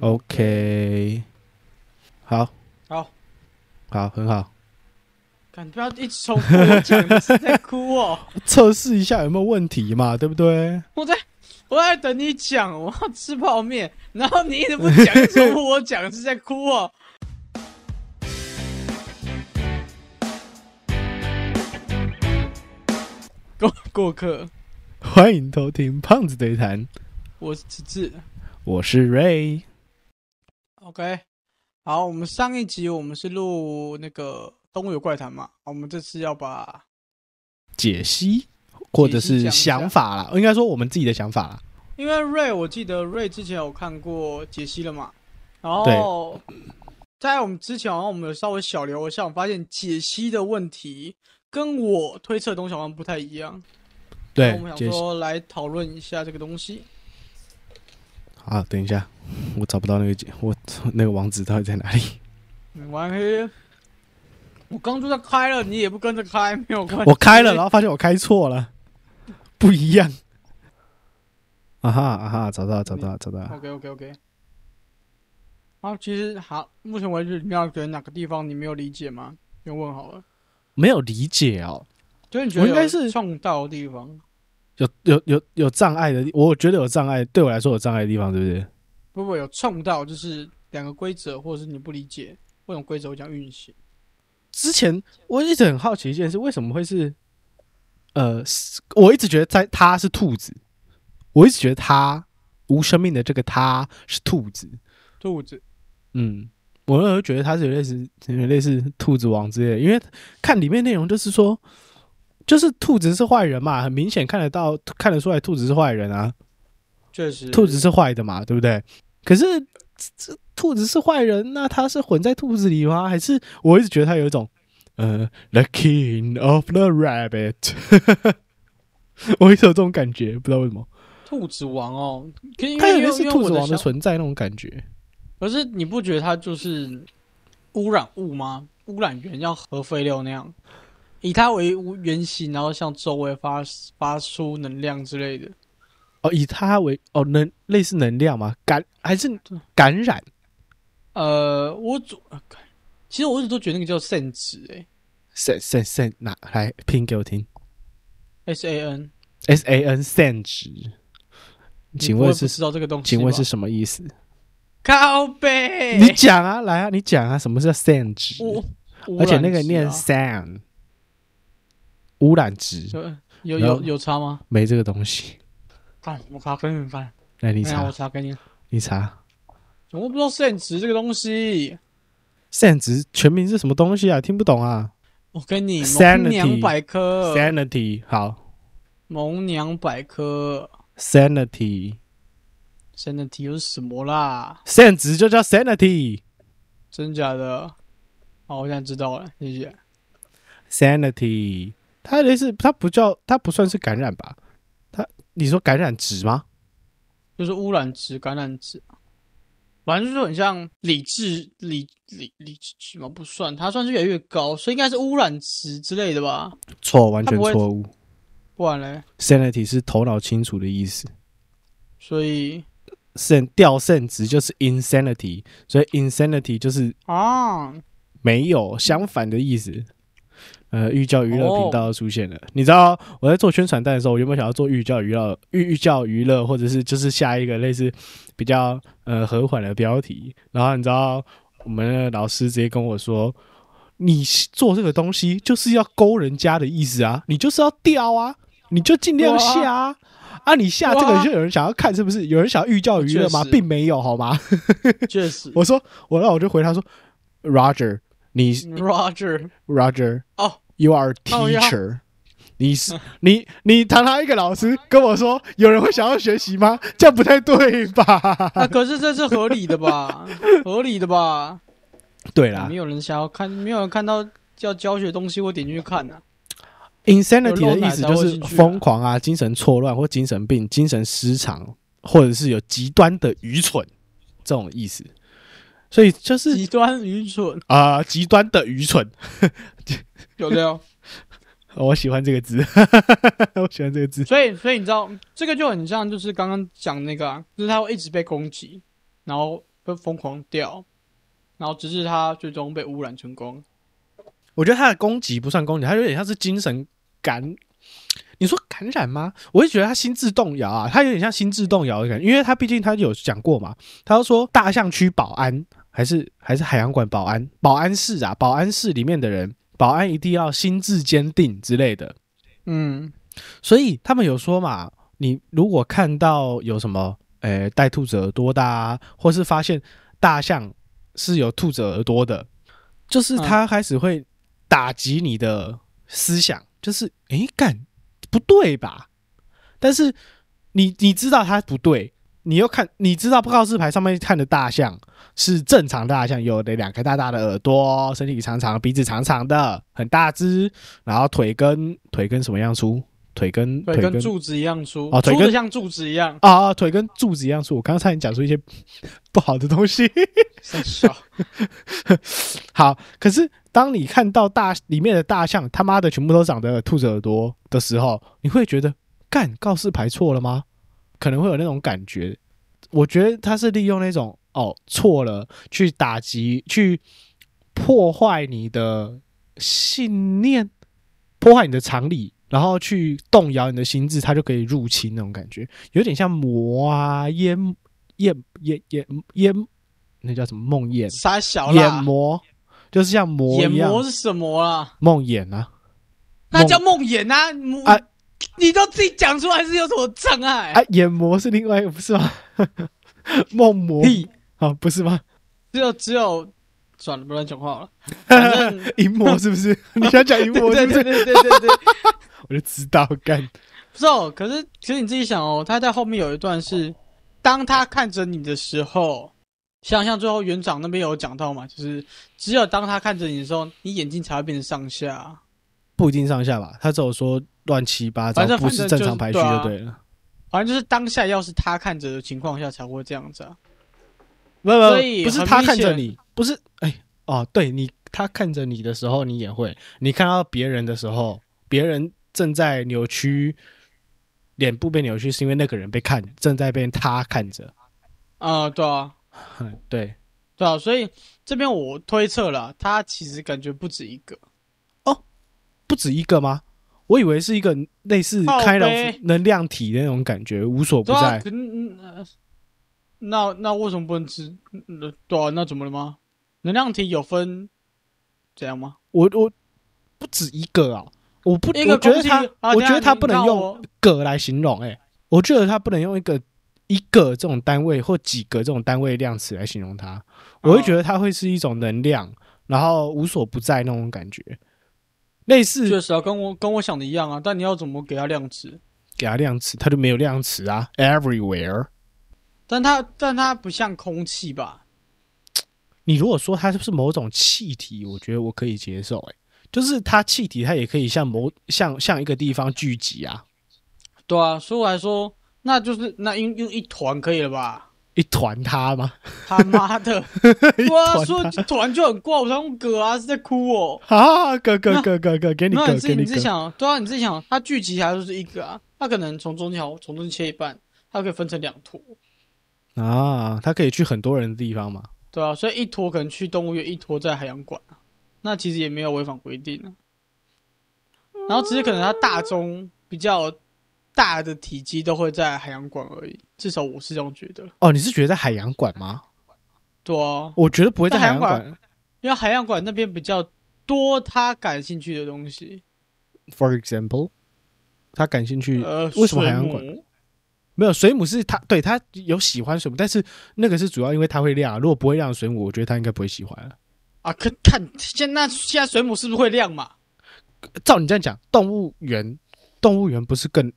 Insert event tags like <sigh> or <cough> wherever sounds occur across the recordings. OK，好，好，好，很好，干不要一直重复我讲的是在哭哦，测试一下有没有问题嘛，对不对？ <laughs> 我在我在等你讲，我要吃泡面，然后你一直不讲，一直重复我讲是在哭哦。过过客，欢迎偷听胖子对谈，我是子志。我是 Ray。 OK，好，我们上一集我们是录那个《动物有怪谈》嘛，我们这次要把解析或者解析是讲一下想法啦，应该说我们自己的想法啦。因为瑞，我记得瑞之前有看过解析了嘛，然后在我们之前好像我们有稍微小聊一下，我发现解析的问题跟我推测的东西好像不太一样，对哦我们，解想析。说来讨论一下这个东西。好，等一下，我找不到那个解，我那个网址到底在哪 <laughs> 里？没关系，我刚就在开了，你也不跟着开，没有关系。我开了，然后发现我开错了，不一样。啊哈啊哈，找到找到找到。 OK OK OK。好，其实好，目前为止你要觉得哪个地方你没有理解吗？先问好了，没有理解哦，就是你觉得我应该有是撞到的地方，有有有有障碍的地，我觉得有障碍，对我来说有障碍的地方，对不对？不不有冲到，就是两个规则，或者是你不理解为什么规则会讲运行。之前我一直很好奇一件事，为什么会是，呃，是我一直觉得在它是兔子，我一直觉得它无生命的这个它是兔子，兔子，嗯，我那时候觉得它是有类似有点类似兔子王之类的，因为看里面内容就是说，就是兔子是坏人嘛，很明显看得到看得出来兔子是坏人啊，确实，兔子是坏的嘛，对不对？可是这这兔子是坏人，那它是混在兔子里吗？还是我一直觉得它有一种呃，the king of the rabbit，我一直有这种感觉，不知道为什么，兔子王哦，可以因它为有因类为似因为兔我子的王的想，存在那种感觉。可是你不觉得它就是污染物吗？污染源像核废料那样，以它为原型，然后向周围发发出能量之类的。哦，以它为哦能类似能量吗？感还是感染？呃，我主，啊干其实我一直都觉得那个叫圣旨、欸， send send send 哪来拼给我听哎，S A N， ？S A N send 值，请问是知道这个东西吧？哎请问是什么意思？靠背？你讲啊，来啊，你讲啊，什么叫 send 值？污污而且染那个值念啊 sound，污染值有呃有然后有有差吗？没这个东西。看我查给你们看，来，你没有我查，查给你。你查我不知道圣旨这个东西， ，sound 值全名是什么东西啊？听不懂啊。我跟你萌 Sanity 娘百科， sanity 好萌娘百科，sanity ，sanity 又是什么啦？ sound 值就叫 sanity。真假的？好，我现在知道了，谢谢。 sanity，它类似，它不叫，它不算是感染吧？它你说感染值吗？就是污染值、感染值，反正就是很像理智、理理理智值嘛，不算，它算是越来越高，所以应该是污染值之类的吧？错，完全它不会错误。不然嘞， sanity 是头脑清楚的意思所以肾掉肾值就是 insanity，所以 insanity 就是啊，没有相反的意思。呃，寓教于乐频道出现了。你知道我在做宣传单的时候，我原本想要做寓教于乐、寓寓教于乐，或者是就是下一个类似比较呃和缓的标题。然后你知道我们的老师直接跟我说：“你做这个东西就是要勾人家的意思啊，你就是要钓啊，你就尽量下啊。”啊，你下这哇个就有人想要看，是不是？有人想要寓教于乐吗确实？并没有，好吗？确实我说，我那我就回他说：“Roger，你，Roger， Roger，哦，You are a 哦呀 teacher，、你是你你堂堂一个老师跟我说有人会想要学习吗？这样不太对吧？啊，可是这是合理 <laughs> 的吧？合理的吧？对啊啦没有人想要看，没有人看到要教学的东西会点进去看的、啊。 ，insanity 有的漏奶意思就才会是进去啊疯狂啊、精神错乱或精神病、精神失常，或者是有极端的愚蠢这种意思。所以就是极端愚蠢，啊、呃极端的愚蠢，有的哦。我喜欢这个字， <laughs> 我喜欢这个字。 <laughs> 所以，所以你知道，这个就很像，就是刚刚讲那个、啊，就是他会一直被攻击，然后被疯狂掉，然后直至他最终被污染成功。我觉得他的攻击不算攻击，他有点像是精神感。你说感染吗？我会觉得他心智动摇啊，他有点像心智动摇的感觉，因为他毕竟他有讲过嘛，他就说大象区保安还是还是海洋馆保安，保安室啊，保安室里面的人，保安一定要心智坚定之类的。嗯，所以他们有说嘛，你如果看到有什么，诶、带兔子耳朵的、啊，或是发现大象是有兔子耳朵的，就是他开始会打击你的思想，就是诶，干不对吧？但是你你知道它不对，你又看，你知道告示牌上面看的大象是正常大象，有的两个大大的耳朵，身体长长，鼻子长长的，很大只，然后腿跟腿跟什么样粗？腿跟对，跟柱子一样粗，哦对粗跟，的像柱子一样啊、啊，腿跟柱子一样粗。我刚刚差点讲出一些 <laughs> 不好的东西。三 <laughs> 小。 <laughs> 好，可是当你看到大里面的大象他妈的全部都长得兔子耳朵的时候，你会觉得干告示牌错了吗？可能会有那种感觉。我觉得他是利用那种哦错了去打击、去破坏你的信念、破坏你的常理，然后去动摇你的心智，它就可以入侵那种感觉，有点像魔啊、淹淹淹淹淹，那叫什么梦魇？傻小眼啦，魔，就是像魔眼一样，膜是什么啦？梦魇啊。那梦叫梦魇啊！你啊你都自己讲出来是有什么障碍？啊，眼魔是另外一个不是吗？ <laughs> 梦魔屁！啊，不是吗？只有只有，算了，不乱讲话了。反 <laughs> 正淫魔是不 <laughs> 是？你想讲淫对魔是对不是对？对对对对，我就知道干。不是哦。可是其实你自己想哦，他在后面有一段是，当他看着你的时候，像像最后园长那边有讲到嘛，就是只有当他看着你的时候，你眼睛才会变成上下。不一定上下吧，他只有说乱七八糟反，正不是正常排序反就正就对是了。反正就是当下要是他看着的情况下才会这样子啊。不不所以不，不是很他明看着显你，不是哎哦，对你他看着你的时候，你也会；你看到别人的时候，别人正在扭曲，脸部被扭曲，是因为那个人被看，正在被他看着。啊、对啊。哼嗯对，对啊，所以这边我推测了，他其实感觉不止一个。不止一个吗？我以为是一个类似靠开背朗能量体的那种感觉，无所不对啊，在。可嗯嗯呃那那为什么不能吃？嗯嗯对啊，那怎么了吗？能量体有分怎样吗？我我不止一个啊！我不，一个我觉得攻击他，啊我等一觉下得他你哦不能让用我“个”来形容、欸。我觉得他不能用一个一个这种单位或几个这种单位量词来形容它。我嗯会觉得它会是一种能量，然后无所不在那种感觉，类似确实啊，跟我跟我想的一样啊，但你要怎么给它量值？给它量词，它就没有量词啊，everywhere。但它但它不像空气吧？你如果说它是不是某种气体，我觉得我可以接受、欸。就是它气体，它也可以像某像像一个地方聚集啊，对啊，所以我还说，那就是那用用一团可以了吧？一团它吗？ <laughs> 他妈的，我说团就很怪，我才用嗝啊，是在哭哦。啊，哥哥哥哥哥，给你那哥你，自给己你你自己哥。想，对啊，你自己想，它聚集起来就是一个啊，它可能从中间好从中间切一半，它可以分成两坨，啊，它可以去很多人的地方嘛？对啊，所以一坨可能去动物园，一坨在海洋馆啊，那其实也没有违反规定啊。然后只是可能它大宗比较大的体积都会在海洋馆而已，至少我是这样觉得。哦，你是觉得在海洋馆吗？对啊，我觉得不会在在海洋洋馆。因为海洋馆那边比较多他感兴趣的东西， For example，他感兴趣，呃，嗯为什么水海洋母馆没有水母是他对他有喜欢水母，但是那个是主要因为他会亮啊。如果不会亮的水母，我觉得他应该不会喜欢啊。啊？可看现在那现在水母是不是会亮嘛？照你这样讲，动物园动物园不是更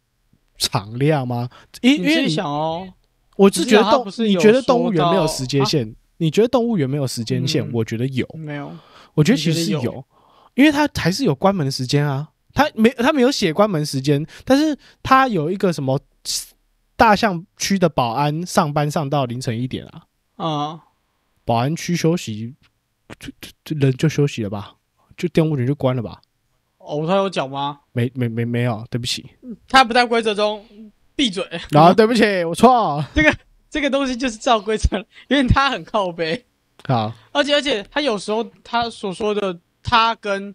常亮吗？因你因自为己你想哦，我是觉你知得道他动不，是你有觉得动物园说没有到时间啊线？你觉得动物园没有时间线？嗯我觉得有。没有，我觉得你其实觉得是有有，因为它还是有关门的时间啊。它没它没有写关门时间，但是它有一个什么大象区的保安上班上到凌晨一点啊，啊、保安区休息，就就就人就休息了吧，就动物园就关了吧。哦，他有讲吗？没没没没有，对不起，他不在规则中，闭嘴。然后对不起，我错了，这个东西就是照规则，因为他很靠背，好，而且而且他有时候他所说的他跟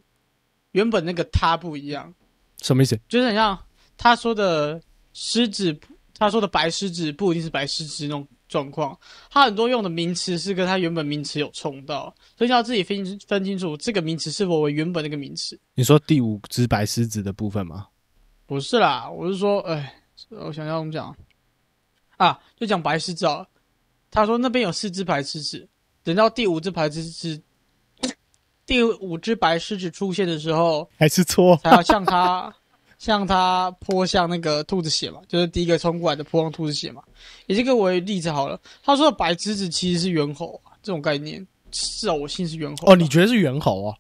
原本那个他不一样，什么意思？就是很像他说的狮子，他说的白狮子不一定是白狮子那种状况，他很多用的名词是跟他原本名词有冲到，所以要自己分清分清楚这个名词是否为原本那个名词。你说第五只白狮子的部分吗？不是啦，我是说，哎，我想要怎么讲啊？就讲白狮子啊。他说那边有四只白狮子，等到第五只白狮子，第五只白狮子出现的时候，还是错？才要 <laughs> 向他向他泼向那个兔子血嘛，就是第一个冲过来的泼向兔子血嘛。以这个为例子好了，他说的白狮子其实是猿猴啊，这种概念是啊，我信是猿猴吧。哦，你觉得是猿猴啊？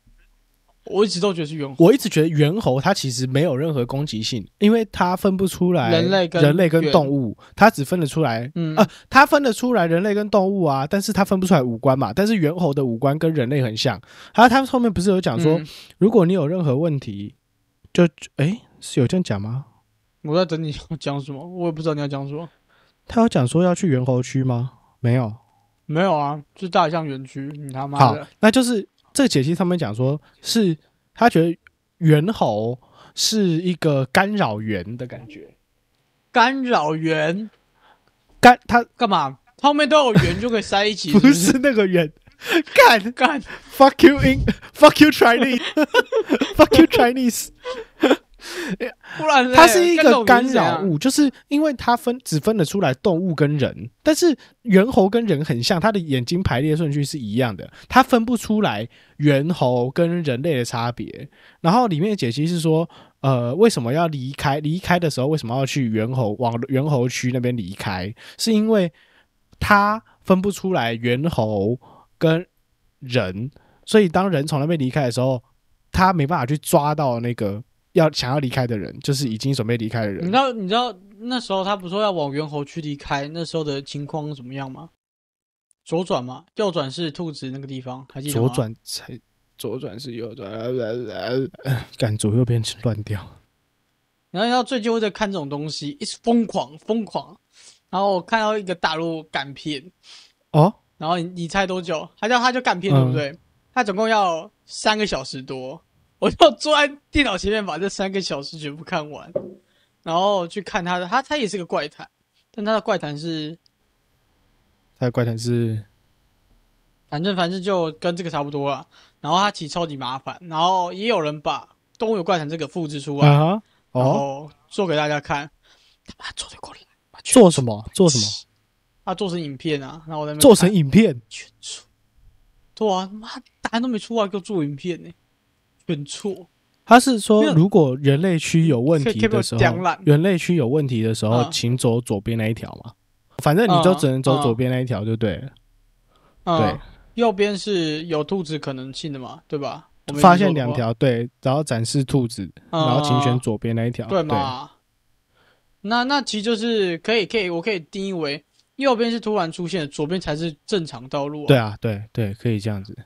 我一直都觉得是猿猴，我一直觉得猿猴它其实没有任何攻击性，因为它分不出来人类跟人类跟猿动物，它只分得出来嗯啊，它分得出来人类跟动物啊，但是它分不出来五官嘛。但是猿猴的五官跟人类很像。还有它后面不是有讲说，嗯如果你有任何问题，就哎是有这样讲吗？我在等你要讲什么，我也不知道你要讲什么。他有讲说要去猿猴区吗？没有。没有啊，就大象园区，你他妈好的！，那就是这个解析上面讲说是他觉得猿猴是一个干扰源的感觉，干扰园干它干嘛？后面都有园就可以塞一 <laughs> 起，不不是那个圆，干干 fuck you in fuck you <laughs> Chinese fuck you Chinese，不然嘞它是一个干干扰物。物，就是因为它分只分得出来动物跟人，但是猿猴跟人很像，它的眼睛排列顺序是一样的，它分不出来猿猴跟人类的差别。然后里面的解析是说，呃，为什么要离开？离开的时候为什么要去猿猴往猿猴区那边离开？是因为它分不出来猿猴跟人，所以当人从那边离开的时候，他没办法去抓到那个要想要离开的人，就是已经准备离开的你知人。道你知道那时候他不是说要往猿猴区离开，那时候的情况怎么样吗？左转嘛，右转是兔子那个地方，还记得吗左，转才左转是右转，呃呃呃干左右边乱掉。然后你知道最近我在看这种东西，一直疯狂疯狂。然后我看到一个大陆干片，哦，然后你你猜多久？他叫他就干嗯片，对不对？他总共要三个小时多，我就坐在电脑前面把这三个小时全部看完，然后去看他的，他他也是个怪谈，但他的怪谈是，他的怪谈是反正反正就跟这个差不多了。然后他其实超级麻烦，然后也有人把《动物有怪谈》这个复制出来，啊哈，然哦，后做给大家看，他把它做得过来，把全做什么做什么？他做成影片啊，然后我在那边做看成影片，全错。对啊，妈，答案都没出来，给我做影片呢、全错。他是说没有如果人类区有问可以可题以不的要时讲候烂，人类区有问题的时候，嗯请走左边那一条嘛。反正你就只能走嗯左边那一条，就对啊了。嗯，右边是有兔子可能性的嘛，对吧？我对，没发记错现的两话，条，对，然后展示兔子，嗯然后请选左边那一条。对嘛？那那其实就是可以可以，我可以定义为右边是突然出现的，左边才是正常道路、啊。对，啊，对对，可以这样子。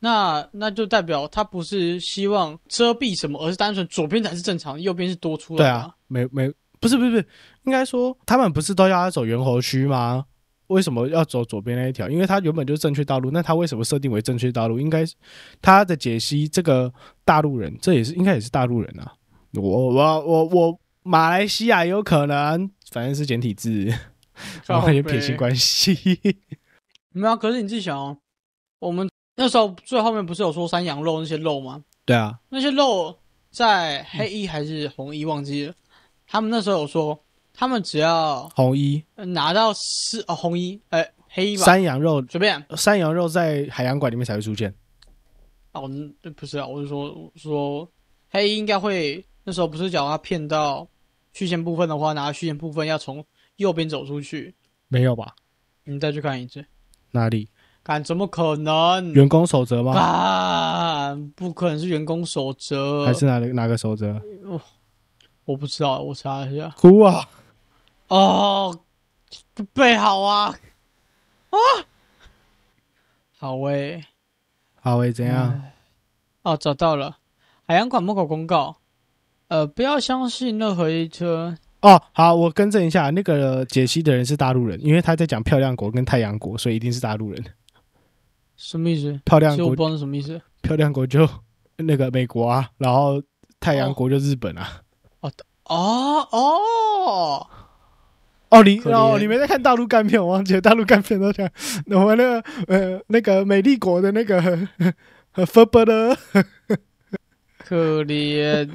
那那就代表他不是希望遮蔽什么，而是单纯左边才是正常，右边是多出对来的啊，，没没，不是不是不是，应该说他们不是都要他走猿猴区吗？为什么要走左边那一条？因为它原本就是正确道路，那它为什么设定为正确道路？应该是他的解析，这个大陆人，这也是应该也是大陆人啊。我我我我马来西亚有可能，反正是简体字，然后靠有北撇清关系。没有啊，可是你自己想哦，我们那时候最后面不是有说山羊肉那些肉吗？对啊，那些肉在黑衣还是红衣忘记了，他们那时候有说，他们只要红衣呃拿到四哦红衣哎、黑衣吧，山羊肉，随便山羊肉在海洋馆里面才会出现。嗯啊，我们不是啊，我是说我是说黑衣应该会那时候不是讲他骗到虚线部分的话，拿到虚线部分要从右边走出去，没有吧？你再去看一次，哪里？敢怎么可能？员工守则啊吗？敢不可能是员工守则还，是哪里哪个守则？我不知道，我查一下。哭啊！哦，备好啊，啊，好诶、好诶，怎样？唉？哦，找到了，海洋馆门口公告，呃，不要相信任何一车哦，好，我更正一下，那个解析的人是大陆人，因为他在讲漂亮国跟太阳国，所以一定是大陆人。什么意思？漂亮其实我国不知道是什么意思。漂亮国就那个美国啊，然后太阳 <laughs> 国就日本啊。哦哦，哦，你可哦，怜你没在看大陆干片，我忘记了大陆干片都讲 <laughs> 我们那个呃那个美丽国的那个 <laughs> 呵呵呵 f u r b e r 可怜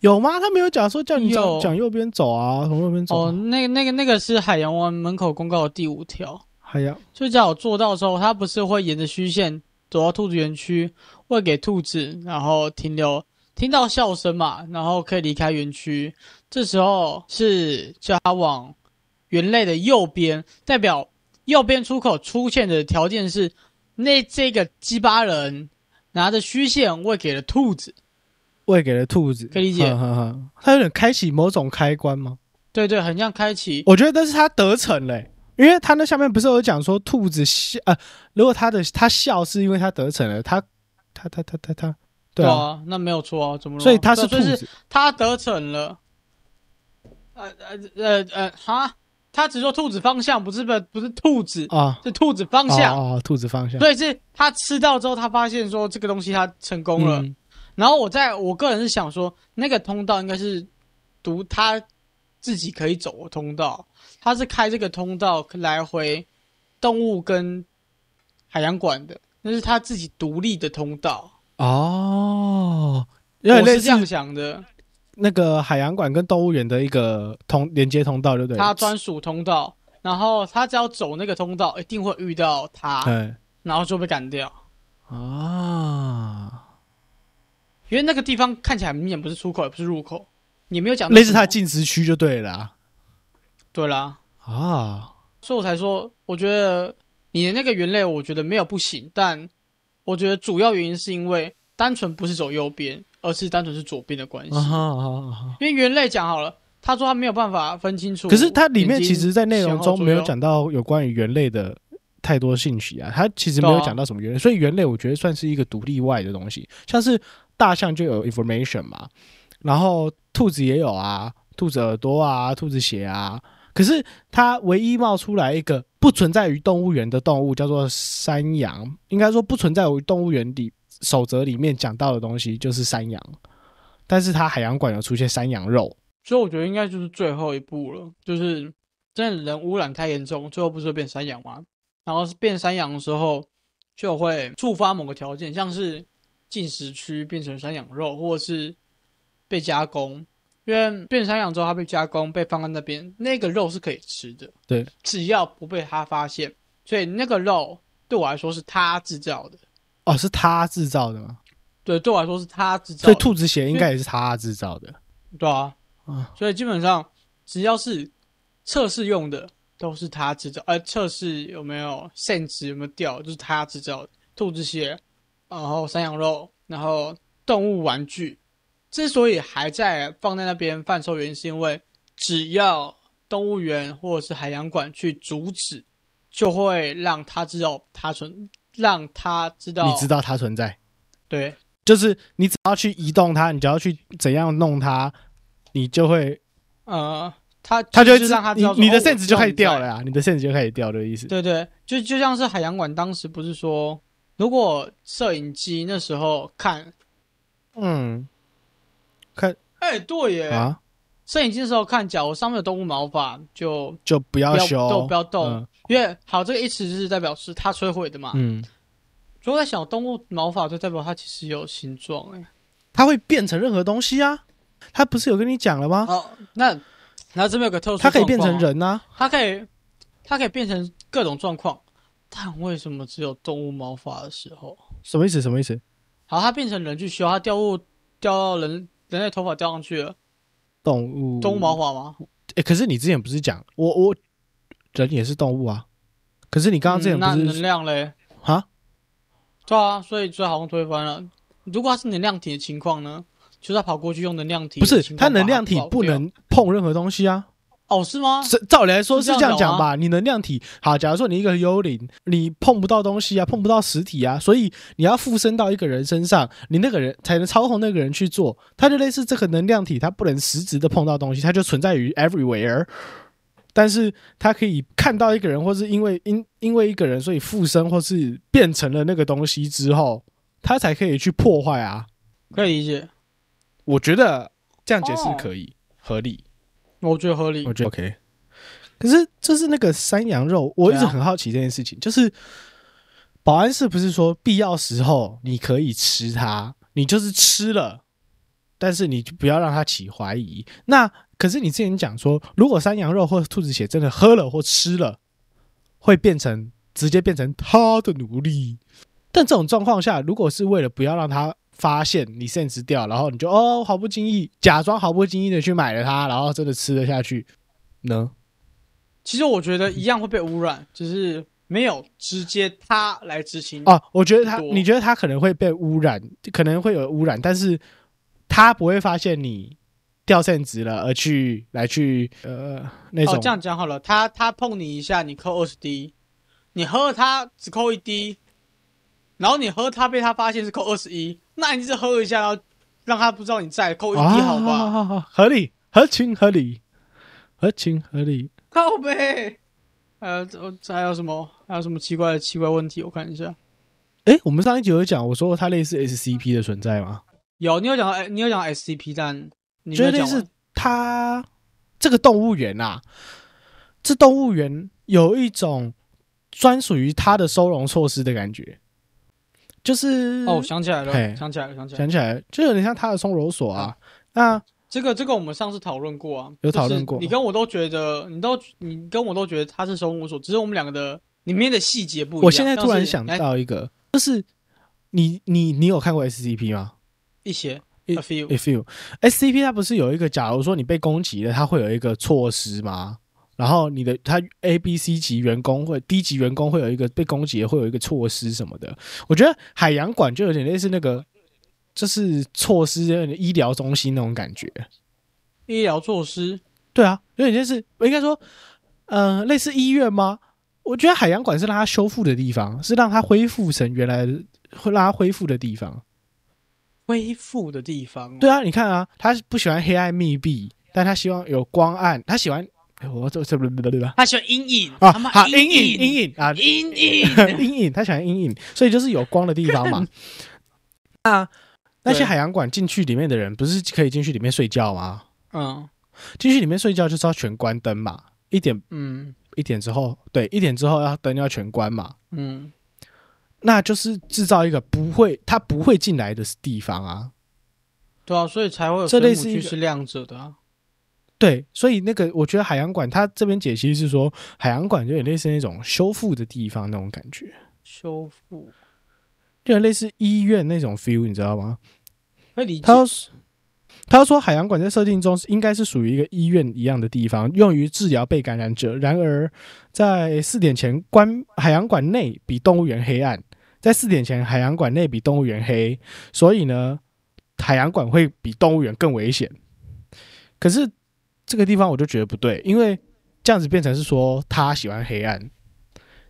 有吗？他没有讲说叫你讲有讲右边走啊，从右边走哦，啊。那个那个那个是海洋湾门口公告的第五条，还有就叫我做到的时候，它不是会沿着虚线走到兔子园区，喂给兔子，然后停留，听到笑声嘛，然后可以离开园区。这时候是叫它往园类的右边，代表右边出口出现的条件是，那这个鸡巴人拿着虚线喂给了兔子。喂给了兔子，可以理解哼哼哼他有点开启某种开关吗？对对，很像开启。我觉得但是他得逞嘞、因为他那下面不是有讲说兔子笑，呃，如果他的他笑是因为他得逞了，他他他他他他，对啊，啊，那没有错啊，怎么了？所以他对是啊兔所子以是，他得逞了。呃呃呃呃，哈，他只说兔子方向，不是不是不是兔子，啊，是兔子方向。哦哦兔子方向，所以是他吃到之后，他发现说这个东西他成功了。嗯然后我在我个人是想说，那个通道应该是读他自己可以走的通道，他是开这个通道来回动物跟海洋馆的，那是他自己独立的通道。哦，有点我类是这样似想的，那个海洋馆跟动物园的一个通连接通道，对不对？他专属通道，然后他只要走那个通道，一定会遇到他，对然后就被赶掉。啊，因为那个地方看起来明显不是出口，也不是入口，也没有讲到类似什么他的禁食区就对了啊对啦，啊，所以我才说，我觉得你的那个原类，我觉得没有不行，但我觉得主要原因是因为单纯不是走右边，而是单纯是左边的关系。啊哈啊哈啊哈因为原类讲好了，他说他没有办法分清楚，可是它里面其实，在内容前后中左没有右讲到有关于猿类的太多信息啊，它其实没有对啊讲到什么猿类，所以猿类我觉得算是一个独立外的东西，像是大象就有 information 嘛，然后兔子也有啊，兔子耳朵啊，兔子血啊，可是它唯一冒出来一个不存在于动物园的动物叫做山羊，应该说不存在于动物园里守则里面讲到的东西就是山羊，但是它海洋馆有出现山羊肉。所以我觉得应该就是最后一步了，就是真的人污染太严重，最后不是会变山羊吗？然后是变山羊的时候，就会触发某个条件，像是进食区变成山羊肉，或者是被加工。因为变山羊之后，它被加工，被放在那边，那个肉是可以吃的，对，只要不被它发现。所以那个肉对我来说是它制造的，哦，是他制造的吗？对，对我来说是它制造所的。以兔子血应该也是他制造的。对啊，啊所以基本上只要是测试用的，都是他制造。呃，测试有没有限值有没有掉，就是他制造的。兔子血，然后山羊肉，然后动物玩具，之所以还在放在那边贩售，原因是因为只要动物园或者是海洋馆去阻止，就会让他知道他存，让他知道，你知道它存在，对，就是你只要去移动它，你只要去怎样弄它，你就会呃，他它就会是知让他知你道你的限扇值子就开始掉了呀，啊你的扇子就开始掉的意思。对啊对，就就像是海洋馆当时不是说，如果摄影机那时候看，嗯，哎、对耶，啊，摄影机那时候看，假如上面有动物毛发，就就不要不要修，嗯动，不要动，啊因为好，这个一词就是代表是它摧毁的嘛。嗯。嗯，如果在小动物毛发，就代表它其实有形状，哎，它会变成任何东西啊。它不是有跟你讲了吗？好、那那这边有个特殊，啊哦它可以变成，人啊呐、它可以，它可以变成各种状况，但为什么只有动物毛发的时候？什么意思？什么意思？好，它变成人去修，它掉入掉到人人类头发掉上去了，动物？动物毛发吗？诶可是你之前不是讲我我人也是动物啊？可是你刚刚之前嗯那不能是量嘞？啊、对啊，所以最好像推翻了。如果它是能量体的情况呢？就是它跑过去用能量体不的是情况把它它能爆掉，量体不能碰任何东西啊。哦，是吗？这照理来说是这是样哦这样讲讲吗吧？你能量体好，假如说你一个幽灵，你碰不到东西啊，碰不到实体啊，所以你要附身到一个人身上，你那个人才能操控那个人去做。它就类似这个能量体，它不能实质的碰到东西，它就存在于 everywhere。但是它可以看到一个人，或是因为因因为一个人，所以附身或是变成了那个东西之后，它才可以去破坏啊。可以理解，我觉得这样解释哦可以、合理。我觉得合理我。觉得 OK。可是就是那个山羊肉，我一直对啊很好奇这件事情，就是保安是不是说必要时候你可以吃它，你就是吃了，但是你就不要让它起怀疑。那可是你之前讲说，如果山羊肉或兔子血真的喝了或吃了，会变成直接变成他的奴隶。但这种状况下，如果是为了不要让他发现你 sense 掉，然后你就哦毫不经意，假装毫不经意的去买了它，然后真的吃了下去呢？其实我觉得一样会被污染，只是没有直接他来执行。哦，我觉得他，嗯多你觉得他可能会被污染，可能会有污染，但是他不会发现你掉 sense 了，而去来去呃那种、哦，这样讲好了，他他碰你一下，你扣二十滴；你喝了他只扣一滴，然后你喝他被他发现是扣二十一，那你只喝一下，然后让他不知道你在，扣一滴好吧？啊好好好合理，合情合理，合情合理。 <laughs> 靠呗。还有这这还有什么？还有什么奇怪的奇怪问题？我看一下。诶，我们上一集有讲，我说它类似 SCP 的存在吗？有，你有讲到，哎，你有讲到 SCP，但你觉没得有类讲似完。它这个动物园啊，这动物园有一种专属于它的收容措施的感觉，就是哦，想起来嘿了，想起来了，想起来了。想起来，就有点像它的收容所嗯啊。那这个这个我们上次讨论过啊，有就是讨论过你跟我都觉得，你都你跟我都觉得他是收容所，只是我们两个的里面的细节不一样。我现在突然但是想哎到一个，就是你你你有看过 SCP 吗？一些一 a few， If you SCP 它不是有一个，假如说你被攻击了，它会有一个措施吗？然后你的它 A、B、C 级员工会低级员工会有一个被攻击，会有一个措施什么的。我觉得海洋馆就有点类似那个，就是措施有点医疗中心那种感觉。医疗措施，对啊，有点就是应该说，嗯，类似医院吗？我觉得海洋馆是让它修复的地方，是让它恢复成原来的，会让它恢复的地方。恢复的地方、哦。对啊，你看啊，他是不喜欢黑暗密闭，但他希望有光暗，他喜欢哎我这这不不不不他喜欢阴影啊，他妈好阴阴影阴影影啊，。阴影 <laughs> 阴影，他喜欢阴影，所以就是有光的地方 <laughs> 嘛。啊，那些对海洋馆进去里面的人，不是可以进去里面睡觉吗？嗯进去里面睡觉就是要全关灯嘛，一点嗯一点之后，对，一点之后要灯要全关嘛，嗯，那就是制造一个不会他不会进来的地方啊。对啊，所以才会有这生类物似一区个是亮着的啊。对，所以那个我觉得海洋馆，它这边解析是说，海洋馆有点类似那种修复的地方那种感觉，修复有点类似医院那种 feel，你知道吗？可以理解他。要是他说海洋馆在设定中是应该是属于一个医院一样的地方，用于治疗被感染者。然而，在四点前关海洋馆内比动物园黑暗，在四点前海洋馆内比动物园黑，所以呢，海洋馆会比动物园更危险。可是这个地方我就觉得不对，因为这样子变成是说他喜欢黑暗，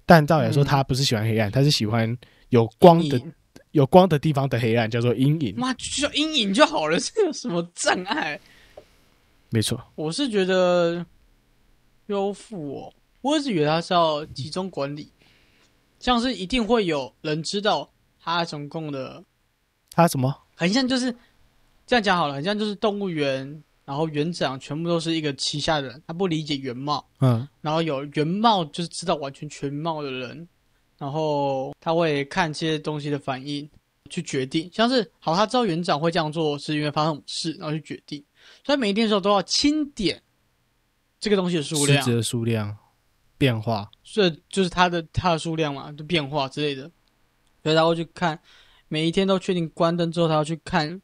但照理来说嗯他不是喜欢黑暗，他是喜欢有光的阴影有光的地方的黑暗，叫做阴影。妈就叫阴影就好了， <laughs> 这有什么障碍？没错。我是觉得修复哦，我一直以为它是要集中管理，像是一定会有人知道它总共的，他什么？很像就是这样讲好了，很像就是动物园，然后园长全部都是一个旗下的人，他不理解原貌，嗯，然后有原貌就是知道完全全貌的人，然后他会看这些东西的反应去决定，像是好，他知道园长会这样做是因为发生什么事，然后去决定，所以每一天的时候都要清点这个东西的数数量，值的数量变化。这就是它的它的数量嘛，就变化之类的，所以他会去看，每一天都确定关灯之后，他要去看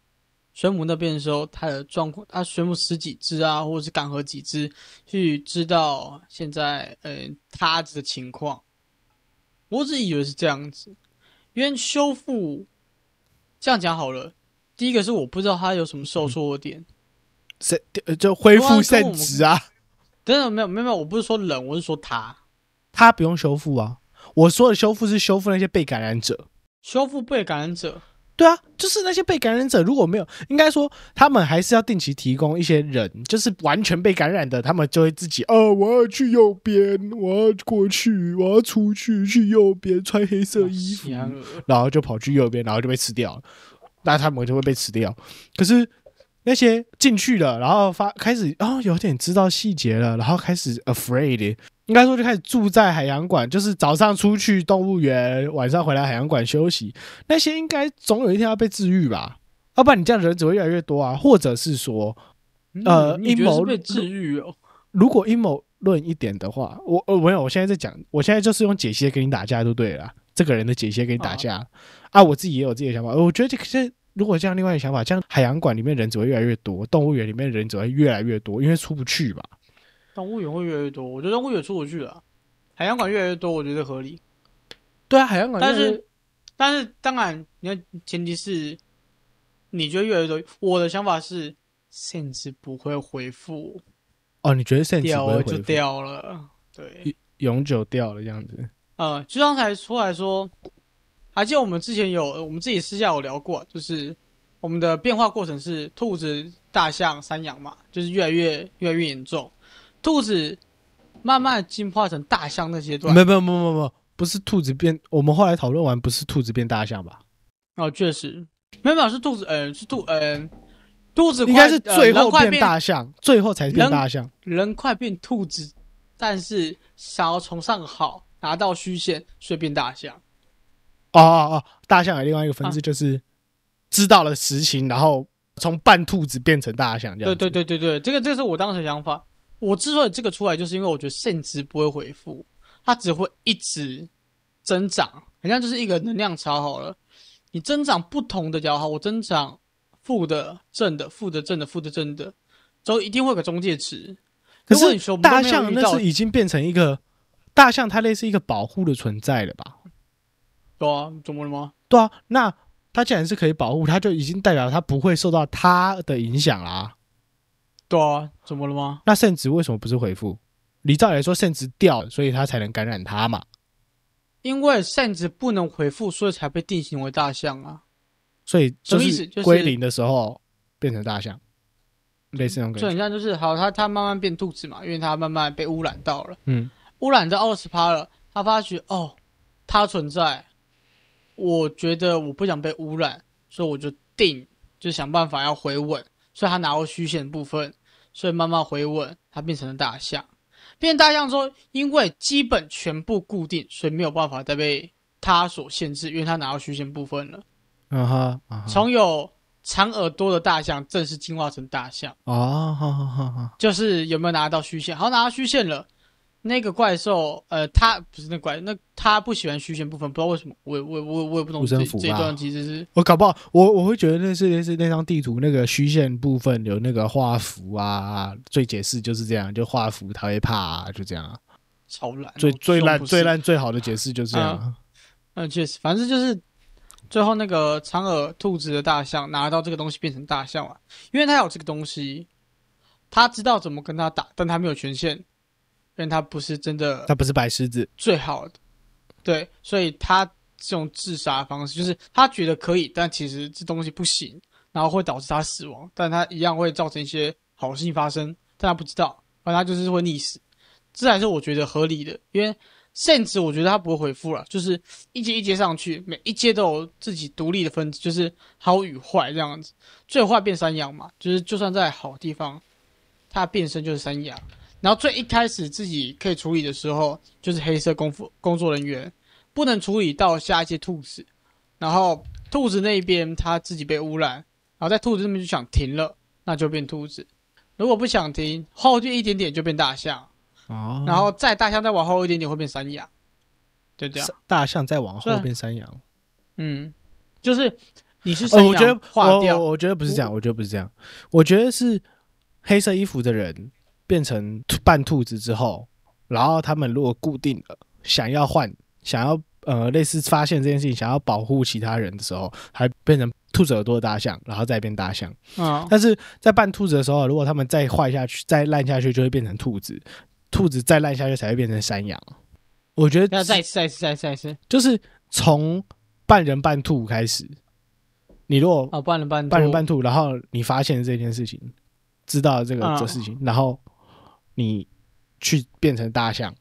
水母那边的时候，它的状况，它水母死几只啊，或者是赶河几只，去知道现在呃它的情况。我只以为是这样子，因为修复这样讲好了，第一个是我不知道它有什么受挫点，呃，就恢对复啊跟我圣们职啊，等等，没有没有没有，我不是说人，我是说他他不用修复啊。我说的修复是修复那些被感染者。修复被感染者。对啊，就是那些被感染者，如果没有，应该说他们还是要定期提供一些人，就是完全被感染的，他们就会自己啊，我要去右边，我要过去，我要出去去右边，穿黑色衣服，啊然后就跑去右边，然后就被吃掉了，那他们就会被吃掉。可是那些进去了，然后发开始哦，有点知道细节了，然后开始 afraid，应该说就开始住在海洋馆，就是早上出去动物园，晚上回来海洋馆休息。那些应该总有一天要被治愈吧？要不然你这样人只会越来越多啊，或者是说，嗯呃你觉得阴谋是被治愈哦。如果阴谋论一点的话，我呃没有，我现在在讲，我现在就是用解析跟你打架就对了啦，这个人的解析跟你打架啊我自己也有自己的想法，呃我觉得这个这如果这样另外一个想法，这样海洋馆里面人只会越来越多，动物园里面人只会越来越多，因为出不去吧。动物园会越来越多，我觉得动物园出不去了，海洋馆越来越多，我觉得合理。对啊，海洋馆但越来是越，但是当然，你要前提是，你觉得越来越多。我的想法是，甚至不会回复，哦，你觉得甚至掉不会了恢就复掉了。对，永久掉了这样子？呃，就刚才说来说，还记得我们之前有我们自己私下有聊过，就是我们的变化过程是兔子、大象、山羊嘛，就是越来越越来越严重，兔子慢慢进化成大象那阶段。没有没有没有没有没有，不是兔子变，我们后来讨论完不是兔子变大象吧？哦，确实，没有没有是肚子，呃，是肚，呃，肚子应快该是呃最人后快变变，大象，最后才变大象。人快变兔子，但是想要从上好拿到虚线，所以变大象。哦哦哦，大象有另外一个嗯分支就是知道了实情，然后从半兔子变成大象这样对子。对对对对，这个这个是我当时的想法。我之所以这个出来，就是因为我觉得肾值不会回复，它只会一直增长，好像就是一个能量槽好了。你增长不同的也好，我增长负的、正的、负的、正的、负的、正的，之后一定会有个中介值。可如果你是说我们都大没有象遇那到是已经变成一个大象，它类似一个保护的存在了吧？对啊，怎么了吗？对啊，那它既然是可以保护，它就已经代表它不会受到它的影响啦。对啊，怎么了吗？那圣子为什么不是回复？理照理来说，圣子掉了，所以它才能感染它嘛。因为扇子不能回复，所以才被定型为大象啊。所以就什么意思是就是归零的时候变成大象，类似那种感就觉。很像就是好，它它慢慢变兔子嘛，因为它慢慢被污染到了，嗯，污染到二十趴了，它发觉哦，它存在，我觉得我不想被污染，所以我就定，就想办法要回稳，所以它拿到虚线的部分，所以慢慢回稳，它变成了大象。变大象之后，因为基本全部固定，所以没有办法再被它所限制，因为它拿到虚线部分了。啊哈，啊哈从有长耳朵的大象正式进化成大象，哦，好好好好，就是有没有拿到虚线？好，拿到虚线了。那个怪兽，呃，他不是那怪，那他不喜欢虚线部分，不知道为什么，我也我也我也我也不懂护这身符吧这一段其实是我搞不好我我会觉得那是那是那张地图那个虚线部分有那个画符啊，最解释就是这样，就画符他会怕、啊，就这样啊，超烂，最我最烂不是最，烂最好的解释就是这样啊。嗯，确实，反正就是最后那个长耳兔子的大象拿到这个东西变成大象了、因为他有这个东西，他知道怎么跟他打，但他没有权限，因为他不是真的他不是白狮子，最好的。对，所以他这种自杀的方式，就是他觉得可以，但其实这东西不行，然后会导致他死亡，但他一样会造成一些好事情发生，但他不知道，反正他就是会溺死。这还是我觉得合理的，因为甚至我觉得他不会回复了，就是一阶一阶上去，每一阶都有自己独立的分支，就是好与坏这样子。最坏变山羊嘛，就是就算在好地方，它变身就是山羊。然后最一开始自己可以处理的时候，就是黑色工夫工作人员不能处理到下一届兔子，然后兔子那边它自己被污染，然后在兔子那边就想停了，那就变兔子；如果不想停，后就一点点就变大象，哦然后再大象再往后一点点会变山羊，对不对啊？大象再往对后啊变山羊。嗯，就是你是山哦，羊、我觉得化掉，我我我觉得不是这样，我觉得不是这样，我觉得是黑色衣服的人变成兔半兔子之后，然后他们如果固定了，想要换，想要呃类似发现这件事情，想要保护其他人的时候，还变成兔子耳朵的大象，然后再变大象。嗯，但是在扮兔子的时候，如果它们再坏下去、再烂下去，就会变成兔子；兔子再烂下去，才会变成山羊。我觉那得再一次，再一次，再一次，再一次就是从半人半兔开始，你如果啊！半人半半人兔半兔，然后你发现这件事情，知道了这个嗯这事情，然后你去变成大象，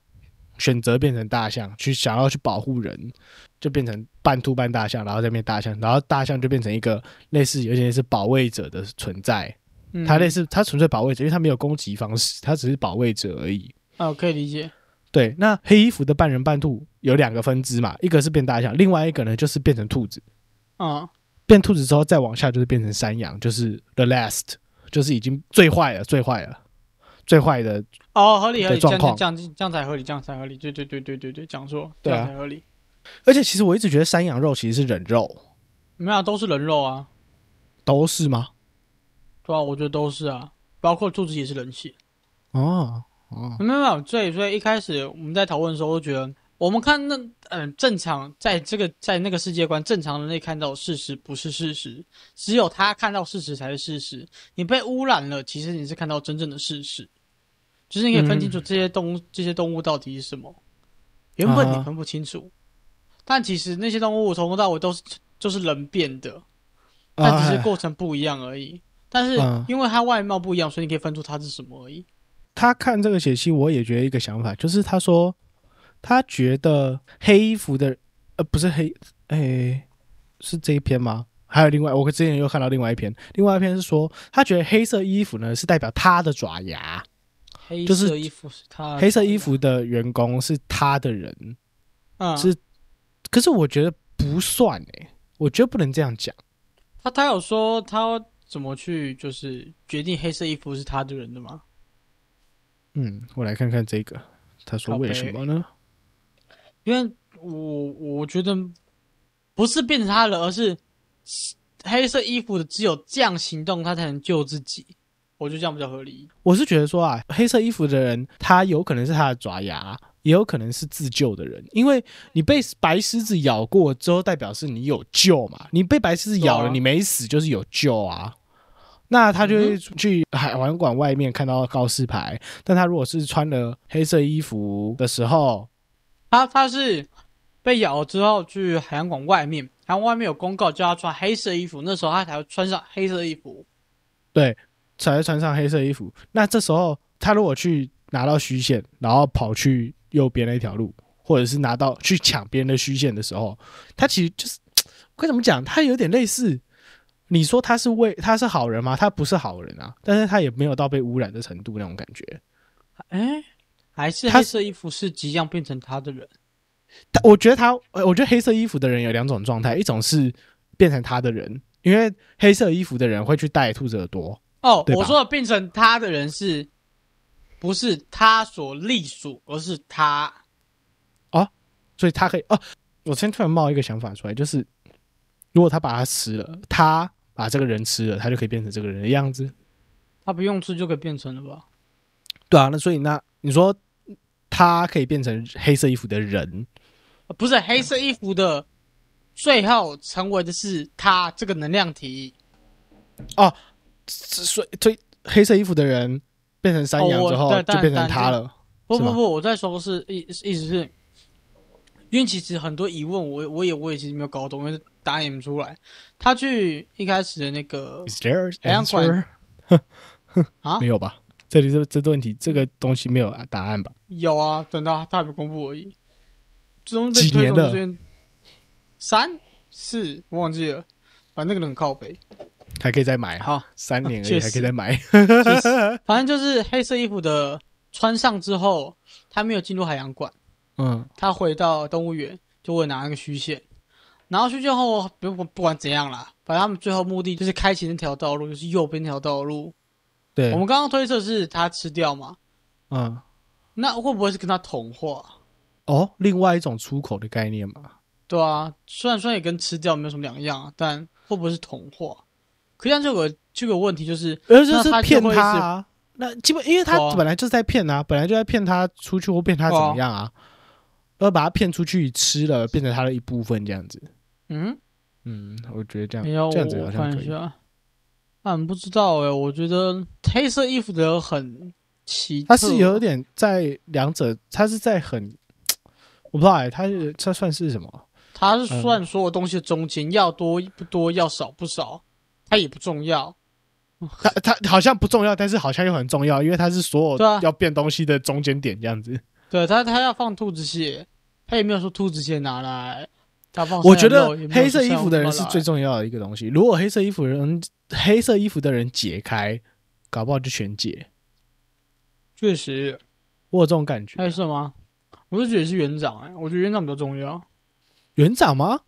选择变成大象，去想要去保护人，就变成半兔半大象，然后再变大象，然后大象就变成一个类似有点是保卫者的存在，嗯它类似它纯粹保卫者，因为它没有攻击方式，它只是保卫者而已。啊，我可以理解。对，那黑衣服的半人半兔有两个分支嘛，一个是变大象，另外一个呢就是变成兔子。嗯，变兔子之后再往下就是变成山羊，就是 the last，就是已经最坏了，最坏了，最坏的。哦，合理合理，的这状样况这样这样才合理，这样才合理。对对对对对对，讲错，这对啊样才合理。而且其实我一直觉得山羊肉其实是人肉，没有啊，都是人肉啊，都是吗？对啊，我觉得都是啊，包括兔子也是人血。哦哦，没有没有，所以所以一开始我们在讨论的时候，我就觉得我们看那嗯、正常在这个在那个世界观，正常人类看到的事实不是事实，只有他看到事实才是事实。你被污染了，其实你是看到真正的事实，就是你可以分清楚这些动物、这些动物到底是什么。原本你啊分不清楚，但其实那些动物从头到尾都是就是人变的，但只是过程不一样而已。但是啊哎嗯因为它外貌不一样，所以你可以分出它是什么而已。他看这个解析，我也觉得一个想法，就是他说他觉得黑衣服的呃不是黑，诶、是这一篇吗？还有另外，我之前又看到另外一篇，另外一篇是说他觉得黑色衣服呢是代表他的爪牙，黑就是色衣服是它，黑色衣服的员工是他的人，嗯，是可是我觉得不算哎、我觉得不能这样讲。他他有说他怎么去就是决定黑色衣服是他的人的吗？嗯，我来看看这个，他说为什么呢？因为我我觉得不是变成他的人，而是黑色衣服的只有这样行动，他才能救自己。我觉得这样比较合理。我是觉得说啊，黑色衣服的人，他有可能是他的爪牙，也有可能是自救的人，因为你被白狮子咬过之后，代表是你有救嘛，你被白狮子咬对了，啊你没死就是有救啊。那他就会去海玩馆外面看到告示牌，但他如果是穿了黑色衣服的时候，他他是被咬了之后去海洋馆外面，海洋馆外面有公告叫他穿黑色衣服，那时候他才会穿上黑色衣服。才会穿上黑色衣服。那这时候他如果去拿到虚线，然后跑去右边那条路，或者是拿到去抢别人的虚线的时候，他其实就是该怎么讲？他有点类似，你说他是为他是好人吗？他不是好人啊，但是他也没有到被污染的程度那种感觉。哎，还是他黑色衣服是即将变成他的人？他我觉得他，呃我觉得黑色衣服的人有两种状态，一种是变成他的人，因为黑色衣服的人会去戴兔子耳朵，哦，对吧我说的变成他的人是，不是他所隶属，而是他。所以他可以哦、我先突然冒一个想法出来，就是如果他把它吃了，他把这个人吃了，他就可以变成这个人的样子。他不用吃就可以变成了吧？对啊，那所以那你说他可以变成黑色衣服的人，呃不是黑色衣服的，最后成为的是他这个能量体。所以所以黑色衣服的人变成山羊哦我之后、对就变成但他了。不是不吗不，我在说的是意意思是，因为其实很多疑问我我也我也其实没有搞懂，因为答案也不出来。他去一开始的那个 Is there an 海洋馆 answer？ <laughs> 啊没有吧？这里这这个问题这个东西没有答案吧？有啊，等到他还没公布而已。中几年了？三四我忘记了，反正那个人很靠北。还可以再买，好，三年而确已，实还可以再买。就是反正就是黑色衣服的穿上之后，他没有进入海洋馆，嗯，他回到动物园就会拿那个虚线，然后虚线后不不不管怎样啦，反正他们最后目的就是开启那条道路，就是右边那条道路。对我，们刚刚推测是他吃掉嘛，嗯，那会不会是跟他同化？哦，另外一种出口的概念嘛。对啊，虽然说也跟吃掉没有什么两样啊，但会不会是同化？可是像这个这个问题就是，而呃是那他是就骗会他啊。那基本因为对他啊本来就是在骗啊，本来就在骗他出去或骗哦他怎么呃样啊，要把他骗出去吃了，变成他的一部分这样子。嗯，嗯，我觉得这样没有，这样子好我像看可一以。下，俺不知道哎、我觉得黑色衣服的人很奇特，它是有点在两者，它是在很，我不知道哎、它是它算是什么？他是算所有东西的中间，要多不多，要少不少，它也不重要。它它好像不重要，但是好像又很重要，因为它是所对啊有要变东西的中间点这样子。对他，他要放兔子血，他也没有说兔子血拿来。他放我山觉得羊肉也没有黑色说衣山服的羊人肉是拿最来重要的一个东西。如果黑色衣服的人黑色衣服的人解开，搞不好就全解。确实我有这种感觉还。有什么？我就觉得是园长哎、我觉得园长比较重要。园长吗？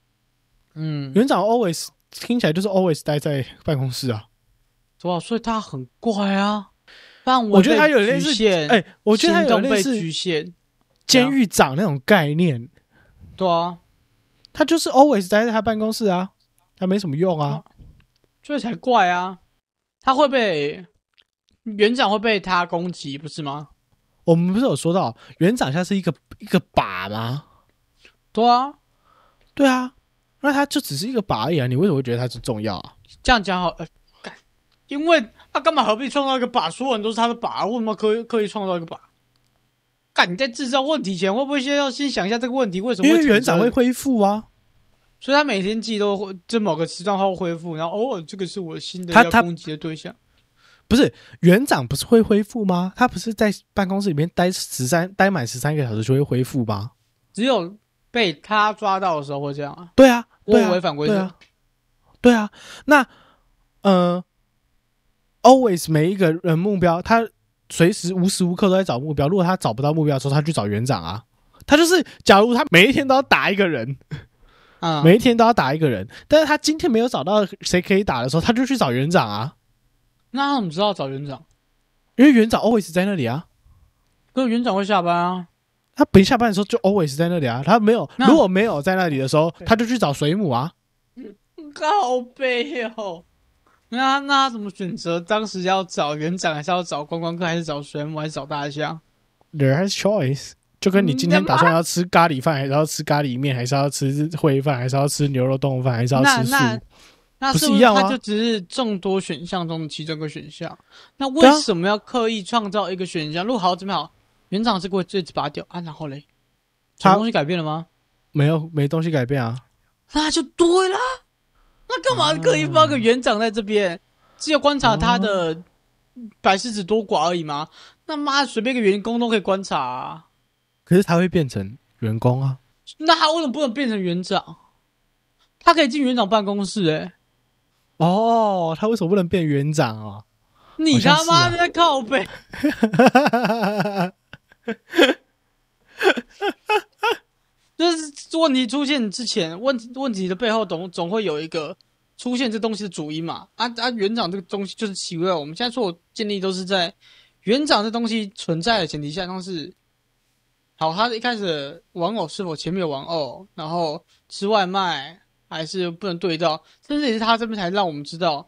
嗯，园长 always 听起来就是 always 待在办公室啊。对吧？所以他很怪啊。但我觉得他有点类似，限，哎、我觉得他行有动被类似局限。监狱长那种概念，对啊，他就是 always 待在他办公室啊，他没什么用啊。嗯这才怪啊！他会被园长会被他攻击，不是吗？我们不是有说到园长像是一个一个靶吗？对啊，对啊，那他就只是一个靶而已啊，你为什么会觉得他是重要啊？这样讲好，呃，干因为他干嘛何必创造一个靶？所有人都是他的靶，为什么刻意刻意创造一个靶？干你在制造问题前，会不会先要先想一下这个问题为什么因会为产生？园长会恢复啊，所以他每天记都会，这某个时段他会恢复，然后偶尔这个是我新的他要他攻击的对象。不是园长不是会恢复吗？他不是在办公室里面待十三待满十三个小时就会恢复吗？只有被他抓到的时候会这样啊，对啊，我对啊有违反规对则啊。，对啊。那呃，always 每一个人目标，他随时无时无刻都在找目标。如果他找不到目标的时候，他去找园长啊。他就是，假如他每一天都要打一个人，嗯，每一天都要打一个人，但是他今天没有找到谁可以打的时候，他就去找园长啊，那他怎么知道找园长？因为园长 always 在那里啊。可是园长会下班啊。他不下班的时候就 always 在那里啊，他没有，那如果没有在那里的时候，他就去找水母啊。靠背哦。那那他怎么选择？当时要找园长，还是要找观光客，还是找水母，还是找大象？ There's choice，就跟嗯你今天打算要吃咖喱饭，还是要吃咖喱面，还是要吃烩饭，还是要吃牛肉冻饭，还是要那吃素？那那不是是不一是样吗他就只是众多选项中的其中一个选项？那对为啊什么要刻意创造一个选项？如果好怎么好，园长是给我最直拔掉啊，然后嘞，什么他东西改变了吗？没有没东西改变啊。那就对啦。那干嘛刻意放个园长在这边？只有观察他的百事子多寡而已吗？那妈随便一个员工都可以观察、啊，可是他会变成员工啊，那他为什么不能变成园长？他可以进园长办公室哎、哦，他为什么不能变园长啊？你他妈的靠背！就是问题出现之前，问问题的背后总总会有一个出现这东西的主因嘛。啊啊，园长这个东西就是奇怪，我们现在所有建立都是在园长这东西存在的前提下，像是好，他一开始的玩偶是否前面有玩偶，然后吃外卖还是不能对到，甚至也是他这边才让我们知道，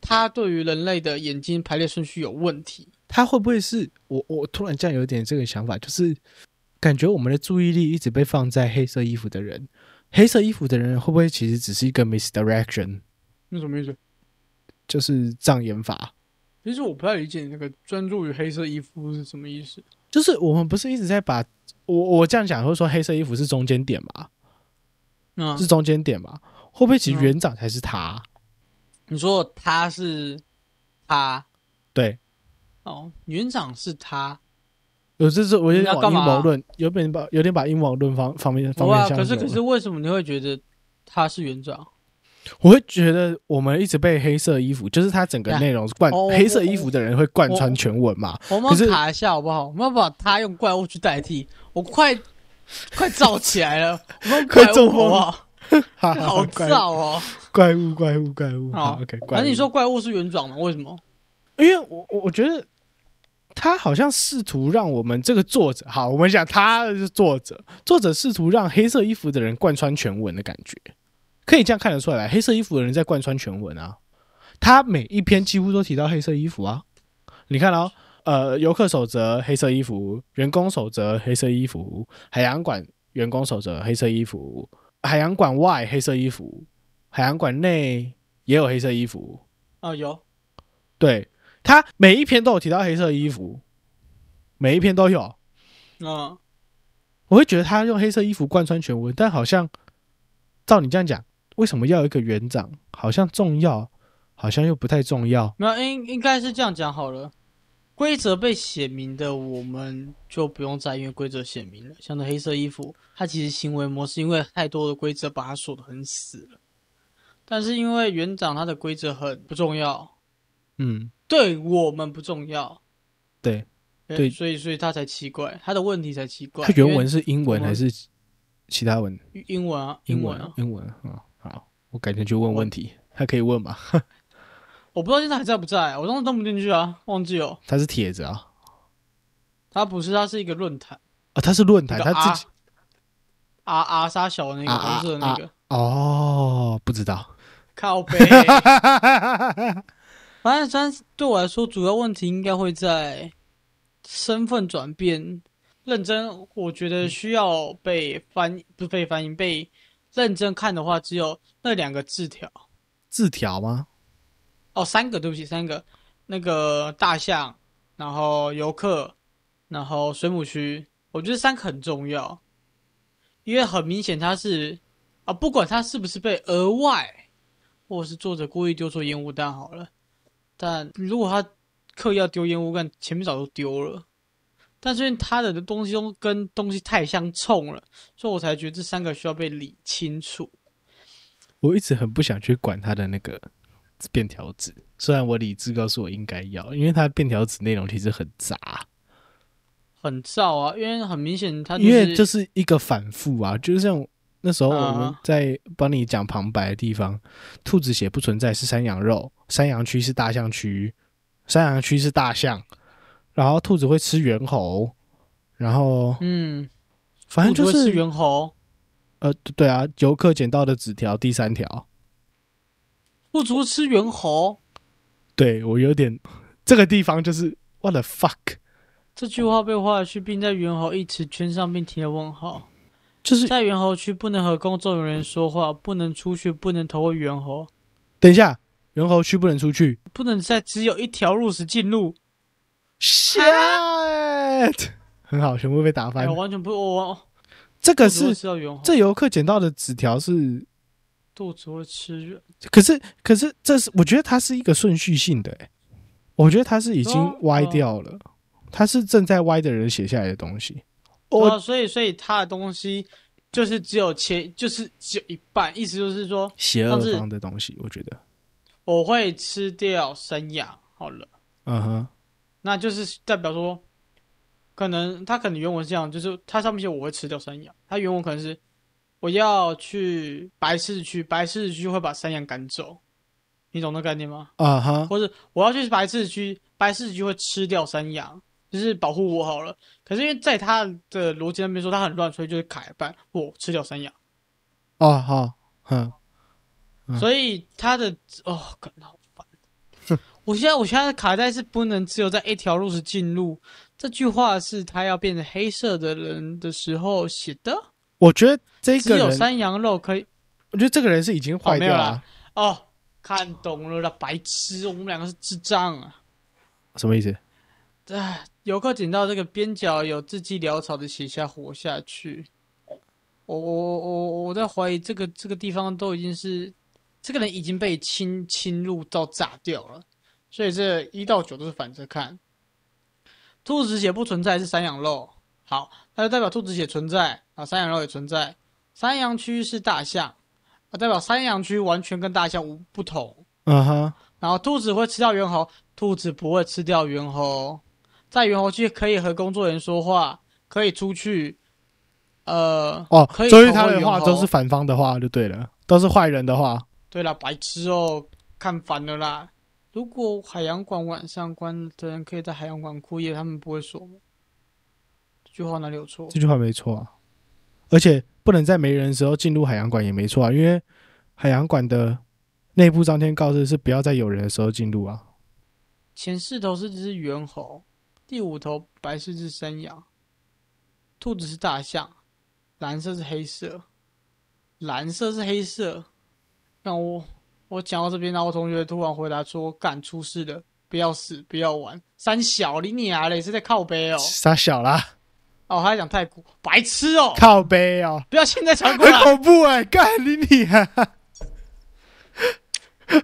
他对于人类的眼睛排列顺序有问题。他会不会是我？我突然间有点这个想法，就是感觉我们的注意力一直被放在黑色衣服的人，黑色衣服的人会不会其实只是一个 misdirection，那什么意思？就是障眼法？其实我不太理解那个专注于黑色衣服是什么意思。就是我们不是一直在把我我这样讲，会说黑色衣服是中间点嘛？嗯是，中间点嘛？会不会其实嗯园长才是他？你说他是他对，哦，园长是他，有这是我有你要点干往阴嘛谋论，有点把有点把阴谋论方方面方面哇！向可是走可是了为什么你会觉得他是园 <laughs> 长？我会觉得我们一直被黑色衣服，就是它整个呀内容贯哦黑色衣服的人会贯穿全文嘛？我们可是要卡一下好不好？我们要把他用怪物去代替，我 <laughs> 快快燥起来了，我们用怪快物中好不风好？哈哈，好怪燥哦！怪物怪物怪物，好好 OK，怪物。反正你说 <laughs> 怪物是园长嘛？为什么？因为我我我觉得他好像试图让我们这个作者，好，我们讲他是作者，作者试图让黑色衣服的人贯穿全文的感觉，可以这样看得出来，黑色衣服的人在贯穿全文啊，他每一篇几乎都提到黑色衣服啊，你看哦。呃，游客守则黑色衣服，员工守则黑色衣服，海洋馆员工守则黑色衣服，海洋馆外黑色衣服，海洋馆内也有黑色衣服，啊，有，对他每一篇都有提到黑色衣服，每一篇都有。嗯，我会觉得他用黑色衣服贯穿全文，但好像照你这样讲，为什么要有一个园长？好像重要，好像又不太重要。没有，应应该是这样讲好了。规则被写明的，我们就不用在意，因为规则写明了。像那黑色衣服，它其实行为模式因为太多的规则把它锁得很死了。但是因为园长他的规则很不重要，嗯，对我们不重要，对，诶对所以所以他才奇怪，他的问题才奇怪。他原文是英文我们还是其他文？因为英文啊，英文文啊，，英文啊、嗯好，我改天去问问题，他可以问吧？我不知道现在还在不在，我当时登不进去啊，忘记了。他是帖子啊，他不是，他是一个论坛，啊，他是论坛，那个他自己啊啊杀小的那个啊红色的那个哦，不知道，靠背。反正三对我来说，主要问题应该会在身份转变。认真，我觉得需要被翻，不是被翻译，被认真看的话，只有那两个字条字条吗？哦，三个，对不起，三个，那个大象，然后游客，然后水母区，我觉得三个很重要，因为很明显它是啊，不管它是不是被额外，或者是作者故意丢错烟雾弹好了，但如果他刻意要丢烟雾弹，前面早就丢了，但是因为他的东西都跟东西太相冲了，所以我才觉得这三个需要被理清楚。我一直很不想去管他的那个便条纸，虽然我理智告诉我应该要，因为他便条纸内容其实很杂，很燥啊，因为很明显他、就是，因为这是一个反复啊，就是像那时候我们啊在帮你讲旁白的地方，兔子血不存在是山羊肉，山羊区是大象区，山羊区是大象，然后兔子会吃猿猴，然后嗯，反正就我觉得是是猿猴，呃对啊，游客捡到的纸条第三条，不足吃猿猴对我有点这个地方就是 what the fuck，这句话被划下去，并在猿猴一词圈上并贴了问号。就是在猿猴区不能和工作人员说话，不能出去，不能投喂猿猴，等一下猿猴区不能出去不能在只有一条路时进入。 ，shit，很 <laughs> 好，全部被打哎、翻我。完全不，我我这个肚子会是吃到猿猴，这游客捡到的纸条是肚子会吃猿。可是，可是这是我觉得它是一个顺序性的、欸，我觉得它是已哦经嗯歪掉了，它是正在歪的人写下来的东西。对啊我所以所以他的东西就是只有前，就是只有一半，意思就是说邪恶恶方方的东西，我觉得，我会吃掉山羊。好了。嗯哼，那就是代表说，可能他可能原文是这样，就是他上面写我会吃掉山羊，他原文可能是我要去白市区，白市区会把山羊赶走，你懂那概念吗？啊哈，或者我要去白市区，白市区会吃掉山羊，就是保护我好了。可是因为在他的逻辑那边说他很乱，所以就是卡一半，我吃掉山羊，哦好，嗯，嗯所以他的哦，感好烦。我现在我现在卡带是不能只有在一条路是进入，这句话是他要变成黑色的人的时候写的。我觉得这只个有人，山羊肉可以我觉得这个人是已经坏掉哦没有了啦啊，哦，看懂了啦，白痴，我们两个是智障啊！什么意思？唉，游客捡到这个边角有字迹潦草的写下活下去。我我我我我在怀疑这个这个地方都已经是，这个人已经被侵侵入到炸掉了，所以这一到九都是反着看。兔子血不存在是山羊肉，好，那就代表兔子血存在啊，山羊肉也存在。山羊区是大象，啊，代表山羊区完全跟大象无不同。嗯哼，然后兔子会吃掉猿猴，兔子不会吃掉猿猴，在猿猴区可以和工作人员说话，可以出去，呃，哦可，以所以投他喂的猿话猴都是反方的话就对了，都是坏人的话，对啦，白痴哦，看烦了啦。如果海洋馆晚上关的人可以在海洋馆过夜，他们不会锁吗？这句话哪里有错？这句话没错啊，而且不能在没人的时候进入海洋馆也没错啊，因为海洋馆的内部张贴告示是不要在有人的时候进入啊。前四头是只猿猴，第五头白是只山羊，兔子是大象，蓝色是黑色，蓝色是黑色，让我我讲到这边，然后我同学突然回答说：“干出事了，不要死，不要玩，三小你你啊嘞是在靠背哦。傻小啦，”哦，他还讲泰国，白痴哦、啊靠背哦，不要现在传过很来，恐怖哎、干你你啊， <laughs>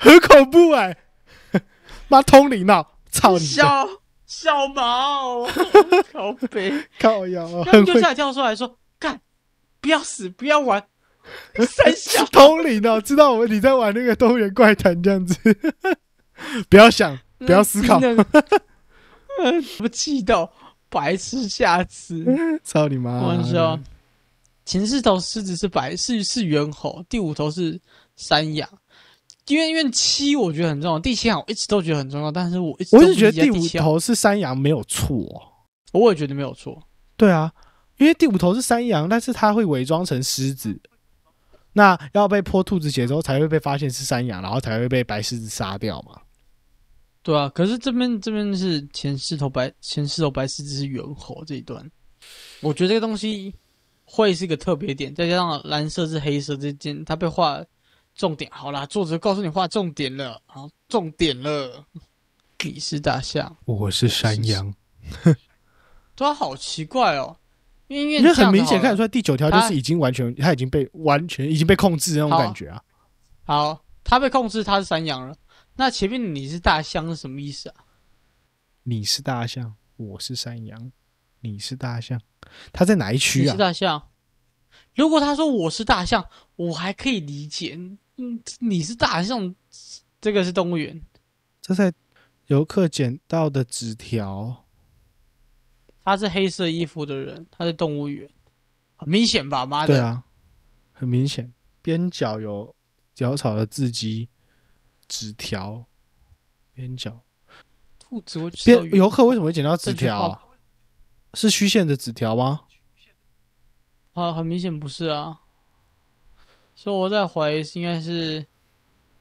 很恐怖哎、妈通灵闹，操你的，小小 <laughs> 毛，靠背，靠腰哦，然后很就会下来跳出来说：“干，不要死，不要玩，三小通灵哦，知道我你在玩那个动物园怪谈这样子， <laughs> 不要想，不要思 <laughs> 考，嗯 <laughs> 真的嗯，我气到白痴下次。操你妈！我跟你说，前四头狮子是白，是是猿猴，第五头是山羊。因为因为七我觉得很重要，第七行我一直都觉得很重要，但是我一直我都是不觉得理解第五七行，头是山羊没有错、哦我也觉得没有错。对啊，因为第五头是山羊，但是它会伪装成狮子，那要被泼兔子血之后才会被发现是山羊，然后才会被白狮子杀掉嘛。对啊，可是这边这边是前四头白前四头白狮子是猿猴这一段，我觉得这个东西会是一个特别点，再加上蓝色是黑色之间，它被画重点。好啦，作者告诉你画重点了，好重点了。你是大象，我是山羊，对啊，好奇怪哦，因为因因为为很明显看得出出来，第九条就它是已经完全，它已经被完全已经被控制的那种好感觉啊。好，它被控制，它是山羊了。那前面你是大象是什么意思啊？你是大象，我是山羊，你是大象，它在哪一你区是啊？大象。如果他说我是大象，我还可以理解。嗯，你是大象，这个是动物园，这在游客捡到的纸条，他是黑色衣服的人，他是动物园，很明显吧？妈的，对啊，很明显，边角有脚草的字迹，纸条，边角兔子会吃到边鱼。游客为什么会捡到纸这句条话啊？是虚线的纸条吗？啊，很明显不是啊。所以我在怀疑，应该是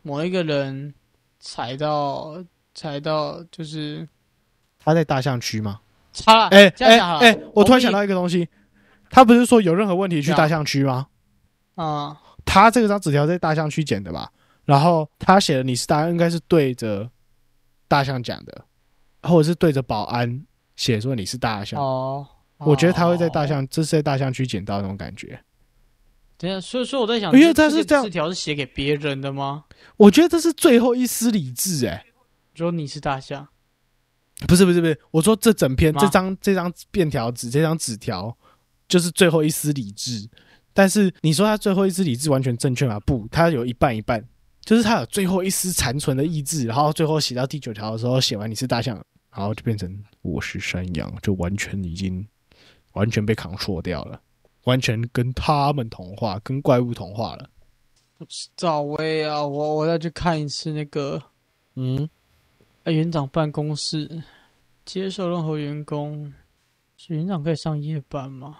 某一个人踩到踩到，就是他在大象区吗？擦了。哎啊这样哎讲好了哎，我突然同想意到一个东西，他不是说有任何问题去这样大象区吗？啊、他这张纸条在大象区捡的吧？然后他写的你是大象，应该是对着大象讲的，或者是对着保安写说你是大象。哦，我觉得他会在哦大象，这是在大象区捡到那种感觉。等一下，啊所以说我在想，因为这他是个这样字条是写给别人的吗？我觉得这是最后一丝理智、欸，只有你是大象，不是不是不是，我说这整篇吗这张这张便条纸这张纸条就是最后一丝理智，但是你说他最后一丝理智完全正确吗？不，他有一半一半，就是他有最后一丝残存的意志，然后最后写到第九条的时候，写完你是大象，然后就变成我是山羊，就完全已经完全被扛错掉了，完全跟他们同化，跟怪物同化了。不知道喂啊，我我再去看一次那个嗯，呃园长办公室，接受任何员工，是园长可以上夜班吗？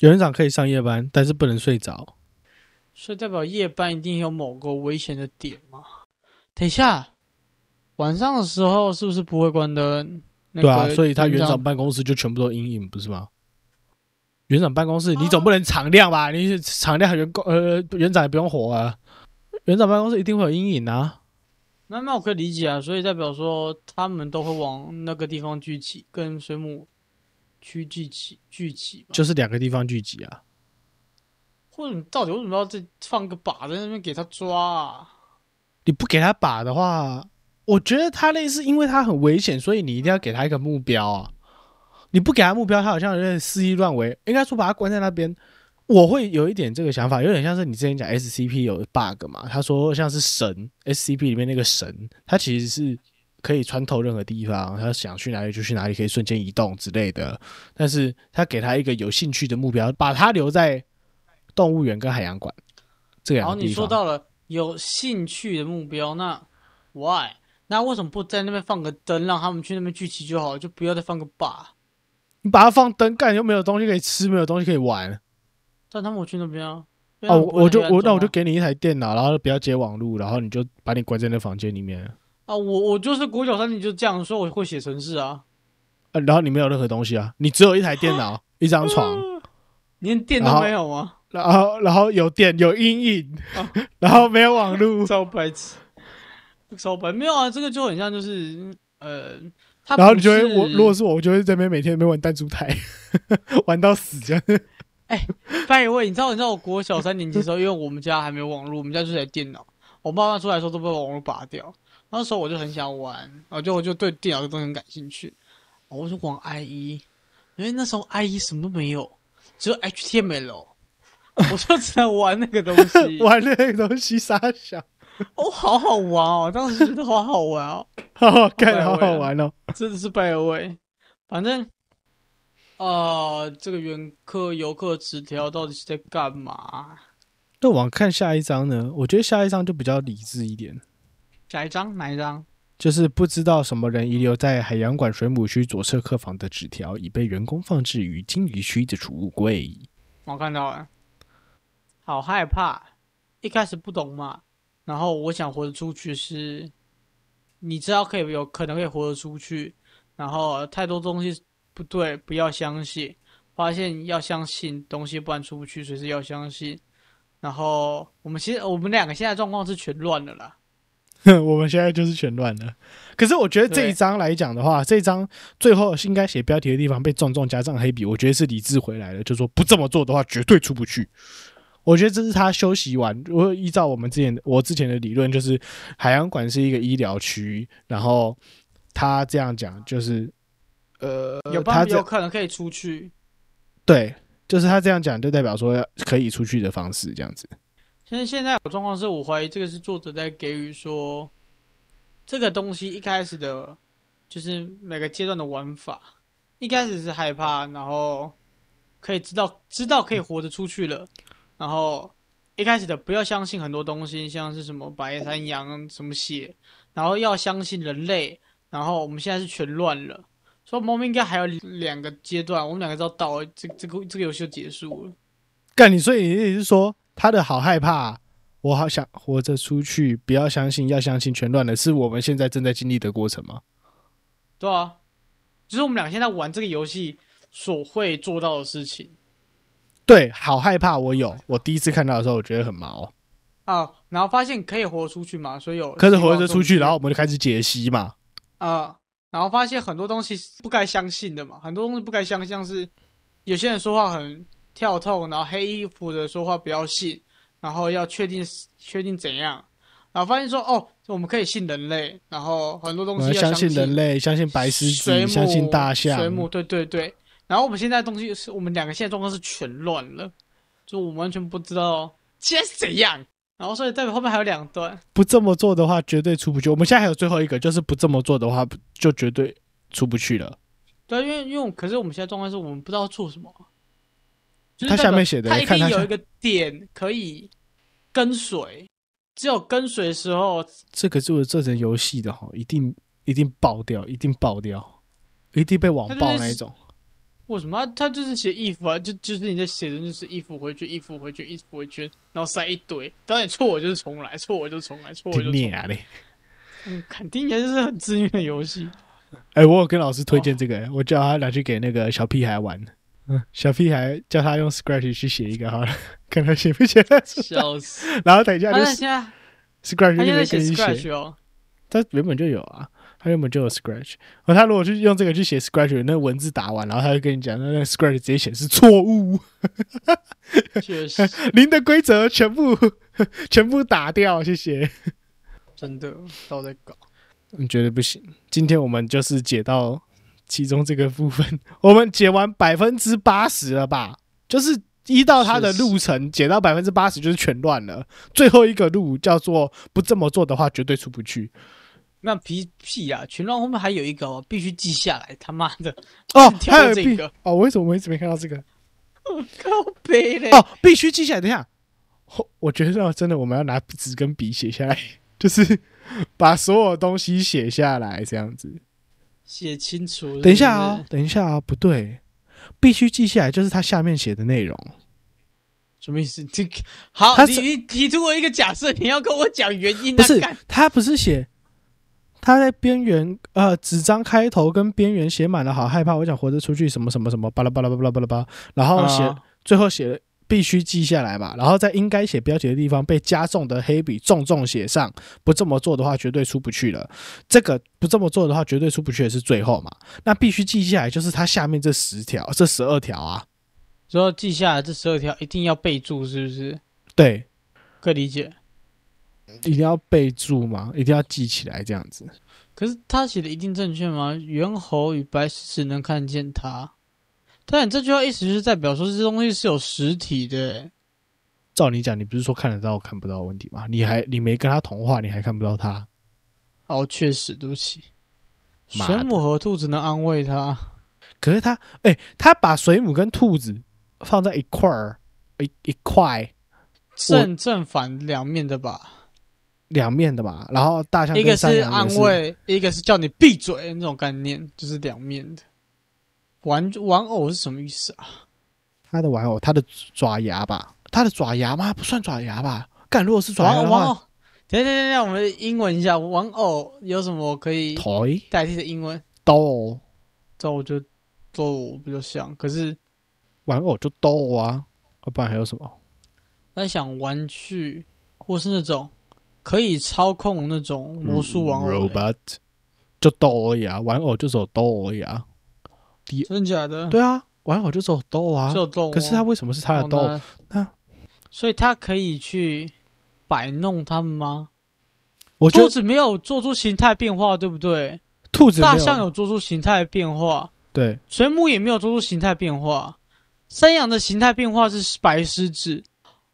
有人长可以上夜班，但是不能睡着。所以代表夜班一定有某个危险的点吗？等一下，晚上的时候是不是不会关灯？那对个啊，所以他园园长办公室就全部都阴影，不是吗？园长办公啊室，你总不能敞亮吧？你是敞亮员工，呃，园长也不用火啊。园长办公室一定会有阴影啊。那那我可以理解啊，所以代表说他们都会往那个地方聚集，跟水母区聚集聚集嘛。就是两个地方聚集啊。或者你到底为什么要再放个靶在那边给他抓啊？你不给他把的话，我觉得他类似，因为他很危险，所以你一定要给他一个目标啊。你不给他目标，他好像有点肆意乱为，应该说把他关在那边。我会有一点这个想法，有点像是你之前讲 SCP 有 bug 嘛，他说像是神 SCP 里面那个神，他其实是可以穿透任何地方，他想去哪里就去哪里，可以瞬间移动之类的。但是他给他一个有兴趣的目标，把他留在动物园跟海洋馆这然两后个地哦你方。说到了有兴趣的目标，那 why？那为什么不在那边放个灯，让他们去那边聚集就好了，就不要再放个靶？你把它放灯干，又没有东西可以吃，没有东西可以玩。但他们有去那边啊。因为哦，他们我不会我就在黑暗我那中我就啊给你一台电脑，然后不要接网络，然后你就把你关在那房间里面，啊，我我就是国小三年级就这样说，我会写程式啊，呃，嗯然后你没有任何东西啊，你只有一台电脑、一张床，连电都然后没有吗？ <laughs> 然后然后有电有阴影，啊 <laughs> 然后没有网 <laughs> 路，超白痴，超白没有啊，这个就很像就是呃，它然后不你就会是我如果是我，我就会在那边每天在那边玩弹珠台， <laughs> 玩到死这样。拜位，你知道你知道我国小三年级的时候，因为我们家还没有网络，我们家就是台电脑，我爸妈出来的时候都被网络拔掉。那时候我就很想玩，然后就我就对电脑这东西很感兴趣，我就玩 IE，因为那时候 IE 什么都没有，只有 HTML，我就只能玩那个东西。 <laughs> 玩那个东西傻小， <laughs> 哦，好好玩哦，当时觉得好好玩哦，好好看，好好玩啊好玩哦。真的是拜位。反正，呃，这个原客游客纸条到底是在干嘛？那往看下一章呢？我觉得下一章就比较理智一点，哪一张？哪一张？就是不知道什么人遗留在海洋馆水母区左侧客房的纸条，已被员工放置于金鱼区的储物柜。我看到了，好害怕。一开始不懂嘛，然后我想活得出去是，你知道可以有可能可以活得出去，然后太多东西不对，不要相信。发现要相信东西，不然出不去，所以是要相信。然后我们现在我们两个现在状况是全乱的啦， <laughs> 我们现在就是全乱了。可是我觉得这对一章来讲的话，这一章最后应该写标题的地方被重重加上黑笔，我觉得是理智回来了，就说不这么做的话，绝对出不去。我觉得这是他休息完，如果依照我们之前的我之前的理论，就是海洋馆是一个医疗区，然后他这样讲就是，呃，有他办这有可能可以出去。对，就是他这样讲就代表说可以出去的方式这样子。现在现在我状况是我怀疑这个是作者在给予说，这个东西一开始的，就是每个阶段的玩法，一开始是害怕，然后可以知道知道可以活着出去了，然后一开始的不要相信很多东西，像是什么白山羊什么血，然后要相信人类，然后我们现在是全乱了，所以我们应该还有两个阶段，我们两个都到了，这这个这个游戏就结束了。干你，所以你的意思是说他的好害怕，我好想活着出去，不要相信，要相信全乱的是我们现在正在经历的过程吗？对啊，就是我们俩现在玩这个游戏所会做到的事情对，好害怕，我有，我第一次看到的时候，我觉得很毛。啊，然后发现可以活出去嘛，所以有可是活着出去，然后后我们就开始解析嘛。啊，然后发现很多东西是不该相信的嘛，很多东西不该相信，像是有些人说话很跳痛，然后黑衣服的说话不要信，然后要确定确定怎样，然后发现说哦，我们可以信人类，然后很多东我西们要相信信人类，相信白狮水子，母、相信大象水。母，对对对。然后我们现在东西是我们两个现在状况是全乱了，就我们完全不知道现在是怎样。然后所以代表后面还有两段，不这么做的话，绝对出不去。我们现在还有最后一个，就是不这么做的话，就绝对出不去了。对，啊因为因为我可是我们现在状况是我们不知道做什么。就是他代表下面写的他一看定他有下一个点可以跟随，只有跟随的时候，这个就是这种游戏的哈，一定一定爆掉，一定爆掉，一定被网他就爆是那一种。为什么他他就是写 if 啊，就就是你在写的就是衣服回去，衣服回去，衣服回去，然后塞一堆，当然错我就是重来，错我就重来，错我就挺重你来啊。嘞！嗯，肯定也是很自虐的游戏。哎、我有跟老师推荐这个、哦我叫他拿去给那个小屁孩玩。嗯，小屁孩叫他用 Scratch 去写一个好了， <laughs> 看他写不写 <laughs> 得出。 <laughs> 笑死！然后等一下 <laughs> 他就现在他 Scratch 就现在直接写跟你 Scratch 哦，他原本就有啊，他原本就有 Scratch。然后他如果去用这个去写 Scratch，那文字打完，然后他就跟你讲，那那个 Scratch 直接显示错误， <laughs> 确实零的规则全部 <laughs> 全部打掉，谢谢。真的都在搞。你觉得不行？今天我们就是解到其中这个部分， <laughs> 我们解完百分之八十了吧？就是依照它的路程解到百分之八十，就是全乱了。最后一个路叫做不这么做的话，绝对出不去。那皮屁啊，群乱后面还有一个，我必须记下来。他妈的，哦，还是跳有过这必个哦，为什么我一直没看到这个？靠背嘞！哦，必须记下来。等一下，我我觉得真的我们要拿纸跟笔写下来， <laughs> 就是把所有东西写下来，这样子。写清楚是不是。等一下啊、等一下啊、不对，必须记下来，就是它下面写的内容。什么意思？这个好，他你是你提出我一个假设，你要跟我讲原因不啊？是干他不是写他在边缘呃纸张开头跟边缘写满了好害怕，我想活着出去什么什么什么巴拉巴拉巴拉巴拉巴拉，然后写、啊最后写了。必须记下来嘛，然后在应该写标题的地方被加重的黑笔重重写上。不这么做的话，绝对出不去了。这个不这么做的话，绝对出不去的是最后嘛。那必须记下来，就是它下面这十条、这十二条啊。只要记下来这十二条，一定要备注，是不是？对，可以理解。一定要备注吗？一定要记起来这样子。可是他写的一定正确吗？猿猴与白狮只能看见它。但你这句话意思就是代表说这东西是有实体的、欸。照你讲，你不是说看得到看不到问题吗？你还你没跟他同化，你还看不到他。哦，确实，对不起。妈水母和兔子能安慰他，可是他哎、他把水母跟兔子放在一块儿，一一块正正反两面的吧？两面的嘛，然后大象一跟个山是羊也安慰，一个是叫你闭嘴那种概念，就是两面的。玩玩偶是什么意思啊？他的玩偶，他的爪牙吧，他的爪牙吗？不算爪牙吧？干，如果是爪牙玩的玩话，偶，等一下等一下等一下，我们英文一下，玩偶有什么可以腿代替的英文？兜这我就做比较像，可是玩偶就兜啊，啊不然还有什么？我在想玩具或是那种可以操控那种魔术玩偶、欸，嗯 robot 就兜而已啊，玩偶就只有兜而已啊。真的假的？对啊，玩偶就只有兜啊嗯这。有哦动哦、可是它为什么是它的好兜？难那所以他可以去摆弄他们吗？我觉兔得子没有做出形态变化，对不对？兔子没大象有做出形态变化，对水母也没有做出形态变化，山羊的形态变化是白狮子，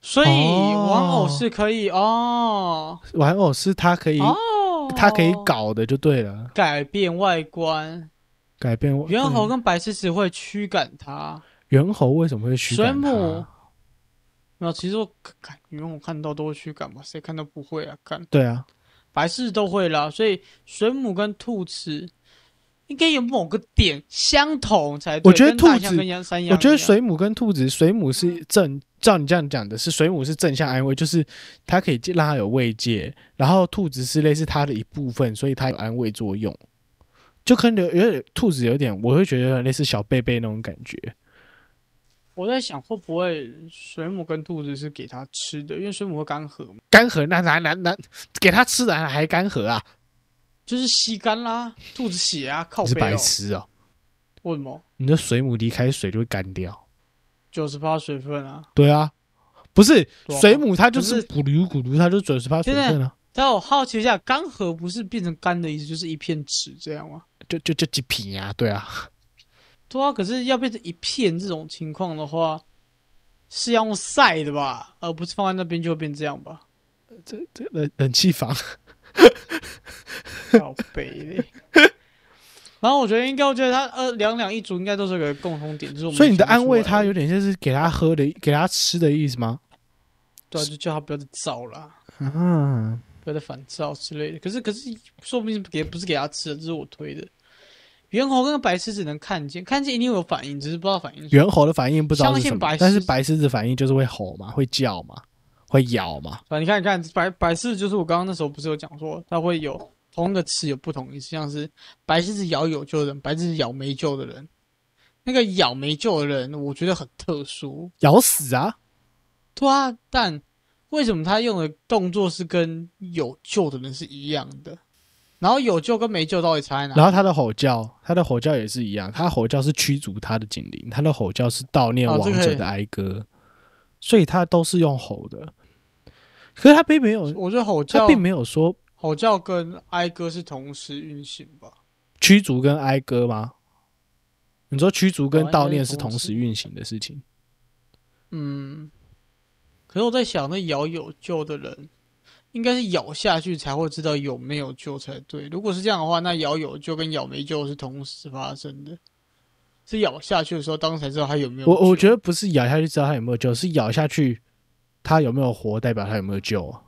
所以哦玩偶是可以哦玩偶是它可以哦，它可以搞的就对了，改变外观。改变我猿猴嗯跟白狮子会驱赶它，猿猴为什么会驱水赶它母没有？其实我看猿猴看到都会驱赶吧，谁看到不会啊？看对啊，白狮子都会啦，所以水母跟兔子应该有某个点相同才对。我觉得跟大象兔子跟羊山羊一样，嗯我觉得水母跟兔子，水母是正，照你这样讲的是，水母是正向安慰，就是它可以让它有慰藉，然后兔子是类似它的一部分，所以它有安慰作用，就跟有有点兔子有点，我会觉得有点类似小贝贝那种感觉。我在想会不会水母跟兔子是给它吃的，因为水母会干涸嘛，干涸那那那那给它吃的还还干涸啊？就是吸干啦，兔子血啊，靠你是背、哦。白痴哦、为什么？你的水母离开水就会干掉。九十八水分啊，对啊，不是对啊水母它就不是是咕噜咕噜，它就准时发水分啊，但我好奇一下，干涸不是变成干的意思，就是一片纸这样吗？就就就几瓶啊，对啊，对啊，可是要变成一片这种情况的话，是要用晒的吧，而不是放在那边就会变这样吧？这冷冷气房。靠 <laughs> 背嘞。然后我觉得应该，我觉得它呃两两一组应该都是有个共同点，就是我们所以你的想不安慰出来他有点像是给他喝的、给他吃的意思吗？对啊，就叫他不要再造啦。啊，不要再反照之类的。可是可是，说不定给不是给他吃的，这是我推的。猿猴跟白狮只能看见，看见一定会有反应，只是不知道反应是什么。猿猴的反应不知道是什相信白么狮，子但是白狮子反应就是会吼嘛，会叫嘛，会咬嘛。反正你看你看白白狮，就是我刚刚那时候不是有讲说，它会有同一个词有不同意思，像是白狮子咬有救的人，白狮子咬没救的人。那个咬没救的人，我觉得很特殊，咬死啊！对啊，但为什么他用的动作是跟有救的人是一样的？然后有救跟没救到底差在哪？然后他的吼叫，他的吼叫也是一样，他吼叫是驱逐他的警铃，他的吼叫是悼念哦王这个者的哀歌，所以他都是用吼的。可是他并没有，我觉得吼他叫并没有说吼叫跟哀歌是同时运行吧？驱逐跟哀歌吗？你说驱逐跟哦应该悼是念是同同时时运行的事情。嗯，可是我在想，那咬有救的人，应该是咬下去才会知道有没有救才对。如果是这样的话，那咬有救跟咬没救是同时发生的，是咬下去的时候，当时才知道他有没有我我觉得得不是咬下去知道他有没有救，是咬下去他有没有活，代表他有没有救啊。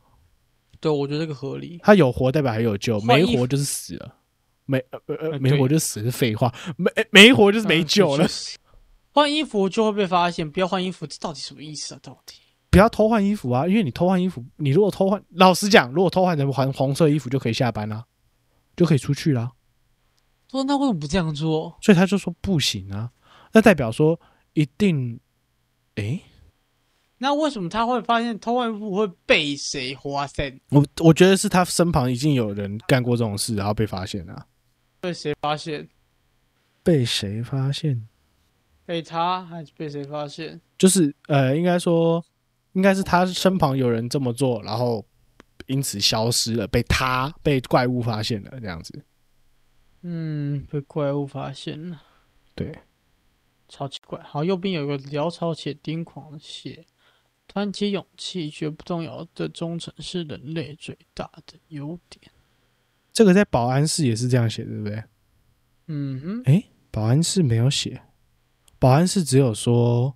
对，我觉得这个合理。他有活代表还有救，换没衣服活就是死了。没呃呃呃呃，没对活就死是废话，没没活就是没救了 <laughs> 嗯。。确实换衣服就会被发现，不要换衣服，这到底什么意思啊？到底？不要偷换衣服啊，因为你偷换衣服，你如果偷换，老实讲，如果偷换成黄黄色衣服就可以下班啦，就可以出去啦。说那为什么不这样做？所以他就说不行啊，那代表说一定，诶，那为什么他会发现偷换部会被谁发现？我我觉得是他身旁已经有人干过这种事，然后被发现啊了、被谁发现？被谁发现？被他还是被谁发现？就是呃，应该说，应该是他身旁有人这么做，然后因此消失了，被他被怪物发现了，这样子。嗯，被怪物发现了，对，超奇怪。好，右边有个潦草且癫狂写，团结勇气，绝不动摇的忠诚是人类最大的优点。这个在保安室也是这样写，对不对？嗯哼，诶，保安室没有写，保安室只有说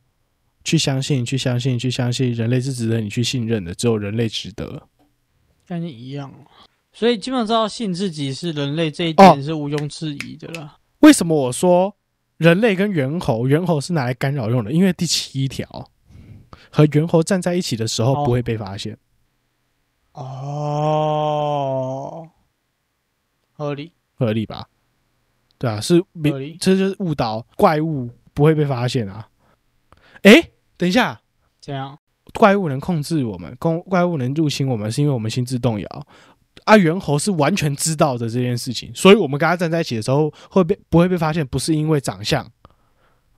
去相信，去相信，去相信，人类是值得你去信任的，只有人类值得。跟你一样哦。所以基本上信自己是人类这一哦点是毋庸置疑的啦。为什么我说人类跟猿猴，猿猴是拿来干扰用的？因为第七条，和猿猴站在一起的时候哦不会被发现。哦，合理合理吧？对啊，是明合理这就是误导怪物不会被发现啊。诶，等一下，这样怪物能控制我们，公怪物能入侵我们，是因为我们心智动摇。啊，猿猴是完全知道的这件事情，所以我们跟他站在一起的时候会被不会被发现，不是因为长相，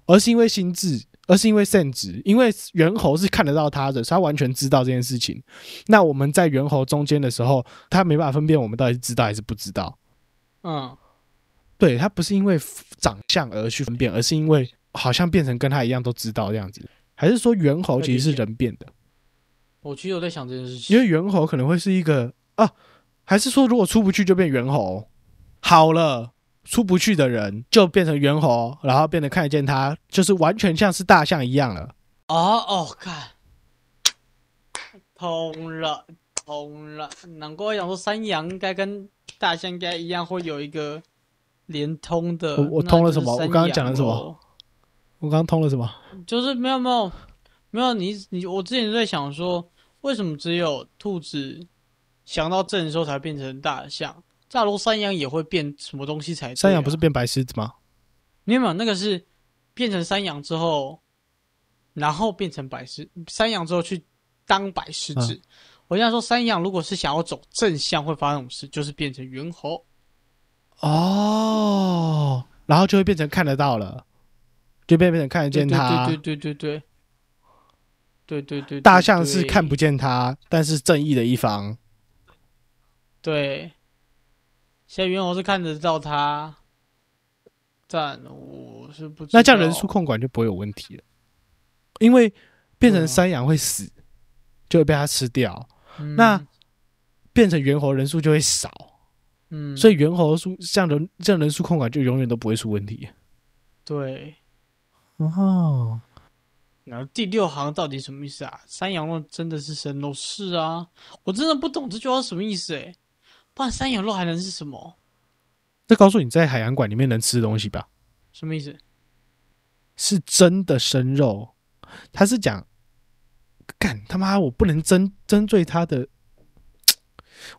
而是因为心智，而是因为圣职，因为猿猴是看得到他的，所以他完全知道这件事情。那我们在猿猴中间的时候，他没办法分辨我们到底是知道还是不知道。嗯，对他不是因为长相而去分辨，而是因为好像变成跟他一样都知道这样子，还是说猿猴其实是人变的？我其实有在想这件事情，因为猿猴可能会是一个啊，还是说如果出不去就变猿猴？好了，出不去的人就变成猿猴，然后变得看得见他，就是完全像是大象一样了。哦哦，看，通了，通了。难怪我想说山羊应该跟大象应该一样，会有一个连通的。我我那通了就是什么我山刚刚讲了羊什么咯？我刚刚通了什么？就是没有没有没有，你你我之前就在想说，为什么只有兔子想到正的时候才变成大象？假如山羊也会变什么东西才对啊、山羊不是变白狮子吗？没有没有，那个是变成山羊之后，然后变成白狮，山羊之后去当白狮子。嗯我现在说山羊如果是想要走正向，会发生什么事？就是变成猿猴。哦，然后就会变成看得到了，就变变成看得对见对他。对对对对对对对，大象是对看不见他，但是正义的一方。对，现在猿猴是看得到他，但我是不知那这样道人数控管就不会有问题了，因为变对啊成山羊会死，就会被它吃掉；嗯那变成猿猴人数就会少，嗯，所以以猿猴数这样人这样人数控管就永远都不会出问题。对，哦，然后第六行到底什么意思啊？山羊肉真的是神肉？是啊，我真的不懂这句话是什么意思哎、不然山羊肉还能是什么？这告诉你在海洋馆里面能吃的东西吧，什么意思？是真的生肉。他是讲，干他妈我不能针针对他的，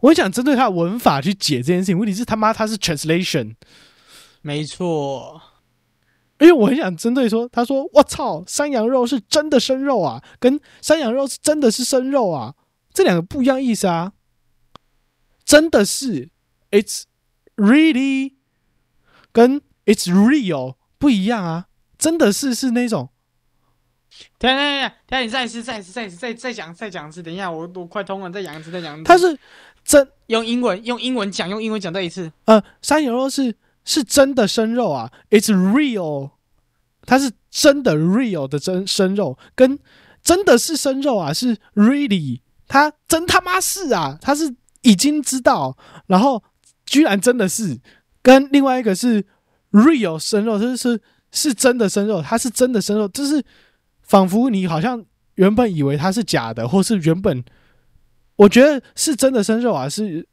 我很想针对他的文法去解这件事情。问题是他妈他是 translation。没错，因为我很想针对说，他说我操，山羊肉是真的生肉啊，跟山羊肉是真的是生肉啊，这两个不一样意思啊，真的是，it's really 跟 it's real 不一样啊，真的是是那种等一下等一下等一下，你再一次再一次再一次再再讲再讲一次，等一下我我快通了，再讲一次再讲一次。它是真用英文用英文讲用英文讲再一次，呃山羊肉是是真的生肉啊，it's real，它是真的 real 的真生肉，跟真的是生肉啊，是 really，他真他妈是啊，他是已经知道，然后居然真的是，跟另外一个是 real 生肉，这是是真的生肉，它是真的生肉，就是仿佛你好像原本以为它是假的，或是原本我觉得是真的生肉啊，是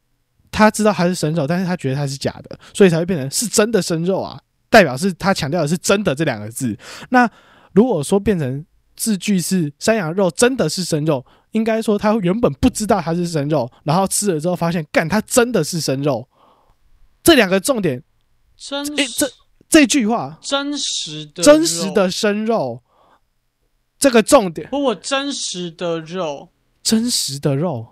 他知道它是生肉，但是他觉得它是假的，所以才会变成是真的生肉啊，代表是他强调的是真的这两个字。那如果说变成字句是山羊肉真的是生肉，应该说他原本不知道它是生肉，然后吃了之后发现，干，它真的是生肉。这两个重点，真诶实这句话真实的真实肉的生肉，这个重点，或我真实的肉，真实的肉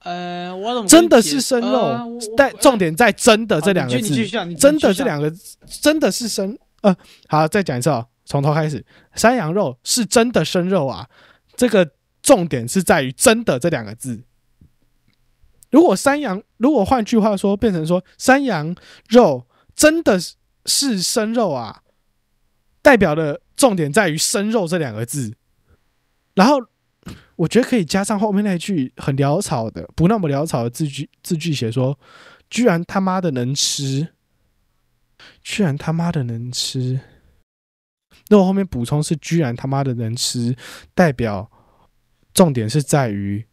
呃，我怎么真的是生呃肉我，但我重点在“真的”好这两个你继你继字续，啊讲，你继续真的这讲两个真的是生呃，好，再讲一次哦，从头开始，山羊肉是真的生肉啊，这个重点是在于“真的”这两个字。如果山羊，如果换句话说，变成说山羊肉真的是是生肉啊，代表的重点在于“生肉”这两个字。然后我觉得可以加上后面那一句很潦草的、不那么潦草的字句，字句写说：“居然他妈的能吃，居然他妈的能吃。”那我后面补充是“居然他妈的能吃”，代表重点是在于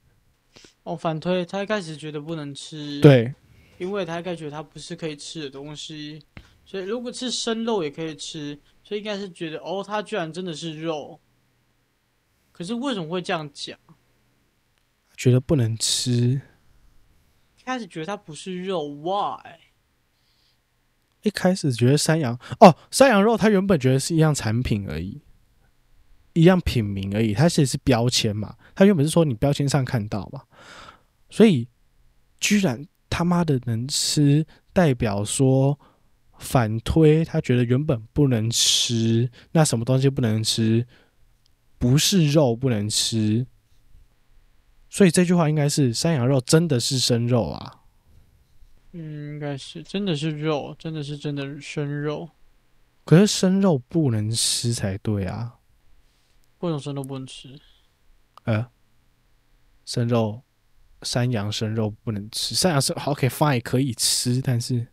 哦，反推他一开始觉得不能吃，，对因为他一开始觉得它不是可以吃的东西，所以如果吃生肉也可以吃，所以应该是觉得哦，它居然真的是肉。可是为什么会这样讲？觉得不能吃。一开始觉得它不是肉，why？一开始觉得山羊哦，山羊肉它原本觉得是一样产品而已，一样品名而已，它其实是标签嘛，它原本是说你标签上看到嘛，所以居然他妈的能吃，代表说反推他觉得原本不能吃，那什么东西不能吃？不是肉不能吃，所以这句话应该是山羊肉真的是生肉啊。嗯，应该是真的是肉，真的是真的生肉，可是生肉不能吃才对啊，各种生肉不能吃。呃，生肉，山羊生肉不能吃，山羊生好 OK fine 可以吃，但是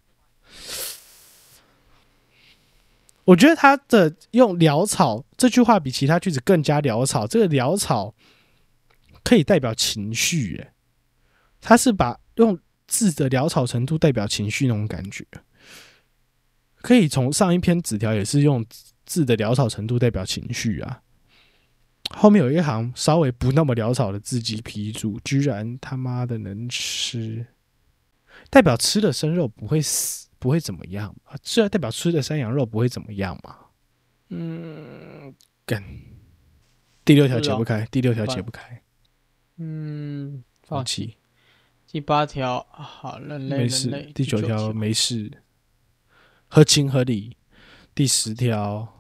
我觉得他的用潦草这句话比其他句子更加潦草，这个潦草可以代表情绪，诶，他是把用字的潦草程度代表情绪那种感觉，可以从上一篇纸条也是用字的潦草程度代表情绪啊。后面有一行稍微不那么潦草的字己批注，居然他妈的能吃，代表吃的生肉不会死，不会怎么样嘛？这代表吃的山羊肉不会怎么样嘛？嗯第六条不知解道不开，第六条不然解不开，嗯，放放弃。弃，第八条，啊好，人类，没人类事。。第九条条，没事，合情合理。第十条，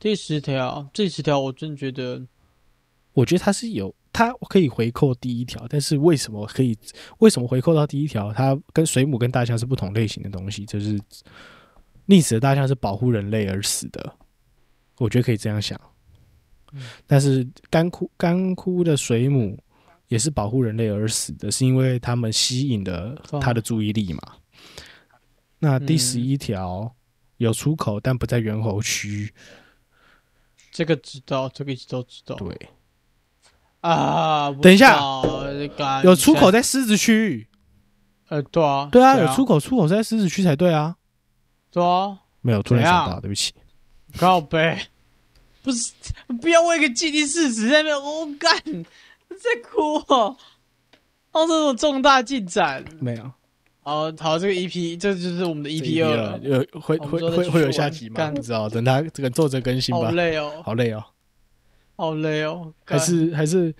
第十条，第十条，我真觉得我觉得它是有，它可以回扣第一条，但是为什么可以？为什么回扣到第一条？它跟水母跟大象是不同类型的东西，就是溺死的大象是保护人类而死的，我觉得可以这样想。但是干枯干枯的水母也是保护人类而死的，是因为它们吸引了它的注意力嘛？那第嗯十一条有出口，但不在猿猴区。这个知道，这个一直都知道。对，啊，不等一下知道干有出口在狮子区。呃，对啊，对啊，有出口，出口是在狮子区才对啊。对啊，没有，突然怎想样到，对不起。靠背，不是，不要为一个既定事实在那边我干，在哭哦，哦，这种重大进展，没有好好，这个 EP 这就是我们的 EP E 二了，有会我们会说再会继会续有下玩集吗？干不知道，等他这个作者更新好吧。累哦，好累哦，好累哦，还干是还是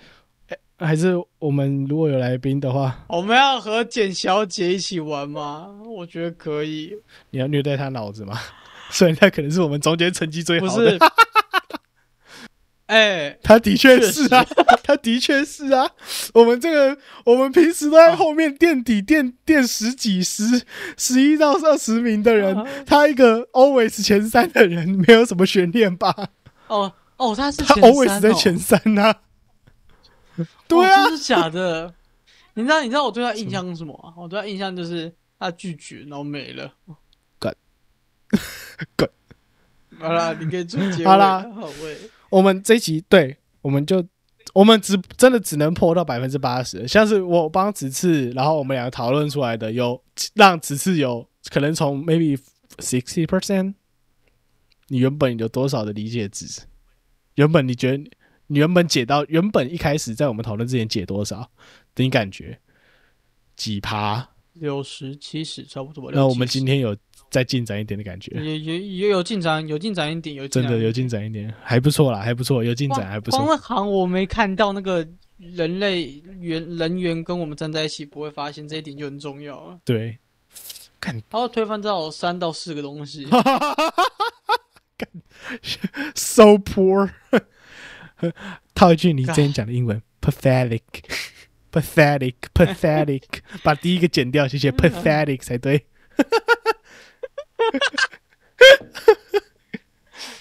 哎还是我们如果有来宾的话，我们要和简小姐一起玩吗？我觉得可以，你要虐待他脑子吗？ <laughs> 所以他可能是我们中间成绩最不好是的，， <laughs> 哎、他的确是啊，他的确是啊。我们这个我们平时都在后面垫底垫垫十几十十一到二十名的啊人，他一个 always 前三的人，没有什么悬念吧？哦哦，他是他前 always 三在哦前三呐、对哦啊，真的假的？ <laughs> 你知道你知道我对他印象是什么啊？我对他印象就是他拒绝，然后没了。 <laughs> 干干好啦，你可以做 <laughs> 结尾。好啦好喂，我们这一集对，我们就我们只真的只能破到百分之八十。像是我帮子次，然后我们两个讨论出来的，有让子次有可能从 maybe sixty percent，你原本有多少的理解值？原本你觉得你你原本解到原本一开始在我们讨论之前解多少？你感觉几趴？六十七十差不多吧。那我们今天天有再进展一点的感觉，也也也有进展，有进展一点，有进真展的有进展一点，还不错啦，还不错，有进展还不光错。那行我没看到那个人类猿人猿跟我们站在一起不会发现这一点就很重要了。对，他会推翻到三到四个 <laughs> 东西， so poor 。 <laughs> 套一句你之前讲的英 <laughs> 文，pathetic。pathetic pathetic，把 <laughs> 第一个剪掉，谢谢嗯 pathetic 才对。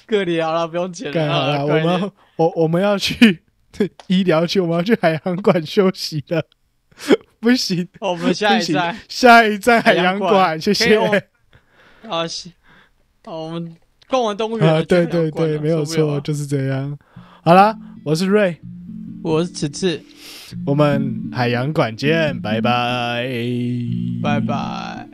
个离好了，不用剪干了。好了，我啊快点们我我们要去医疗区，我们要去海洋馆休息了。 <laughs> 不行，我们下不一行站下一站海海洋洋馆，馆谢可以谢。哦啊，是啊，我们逛完动物园啊，了对就对要关对，了没有受不了啊错，了就是这样。好啦，我是瑞，我是此次，我们海洋馆见，拜拜，拜。拜。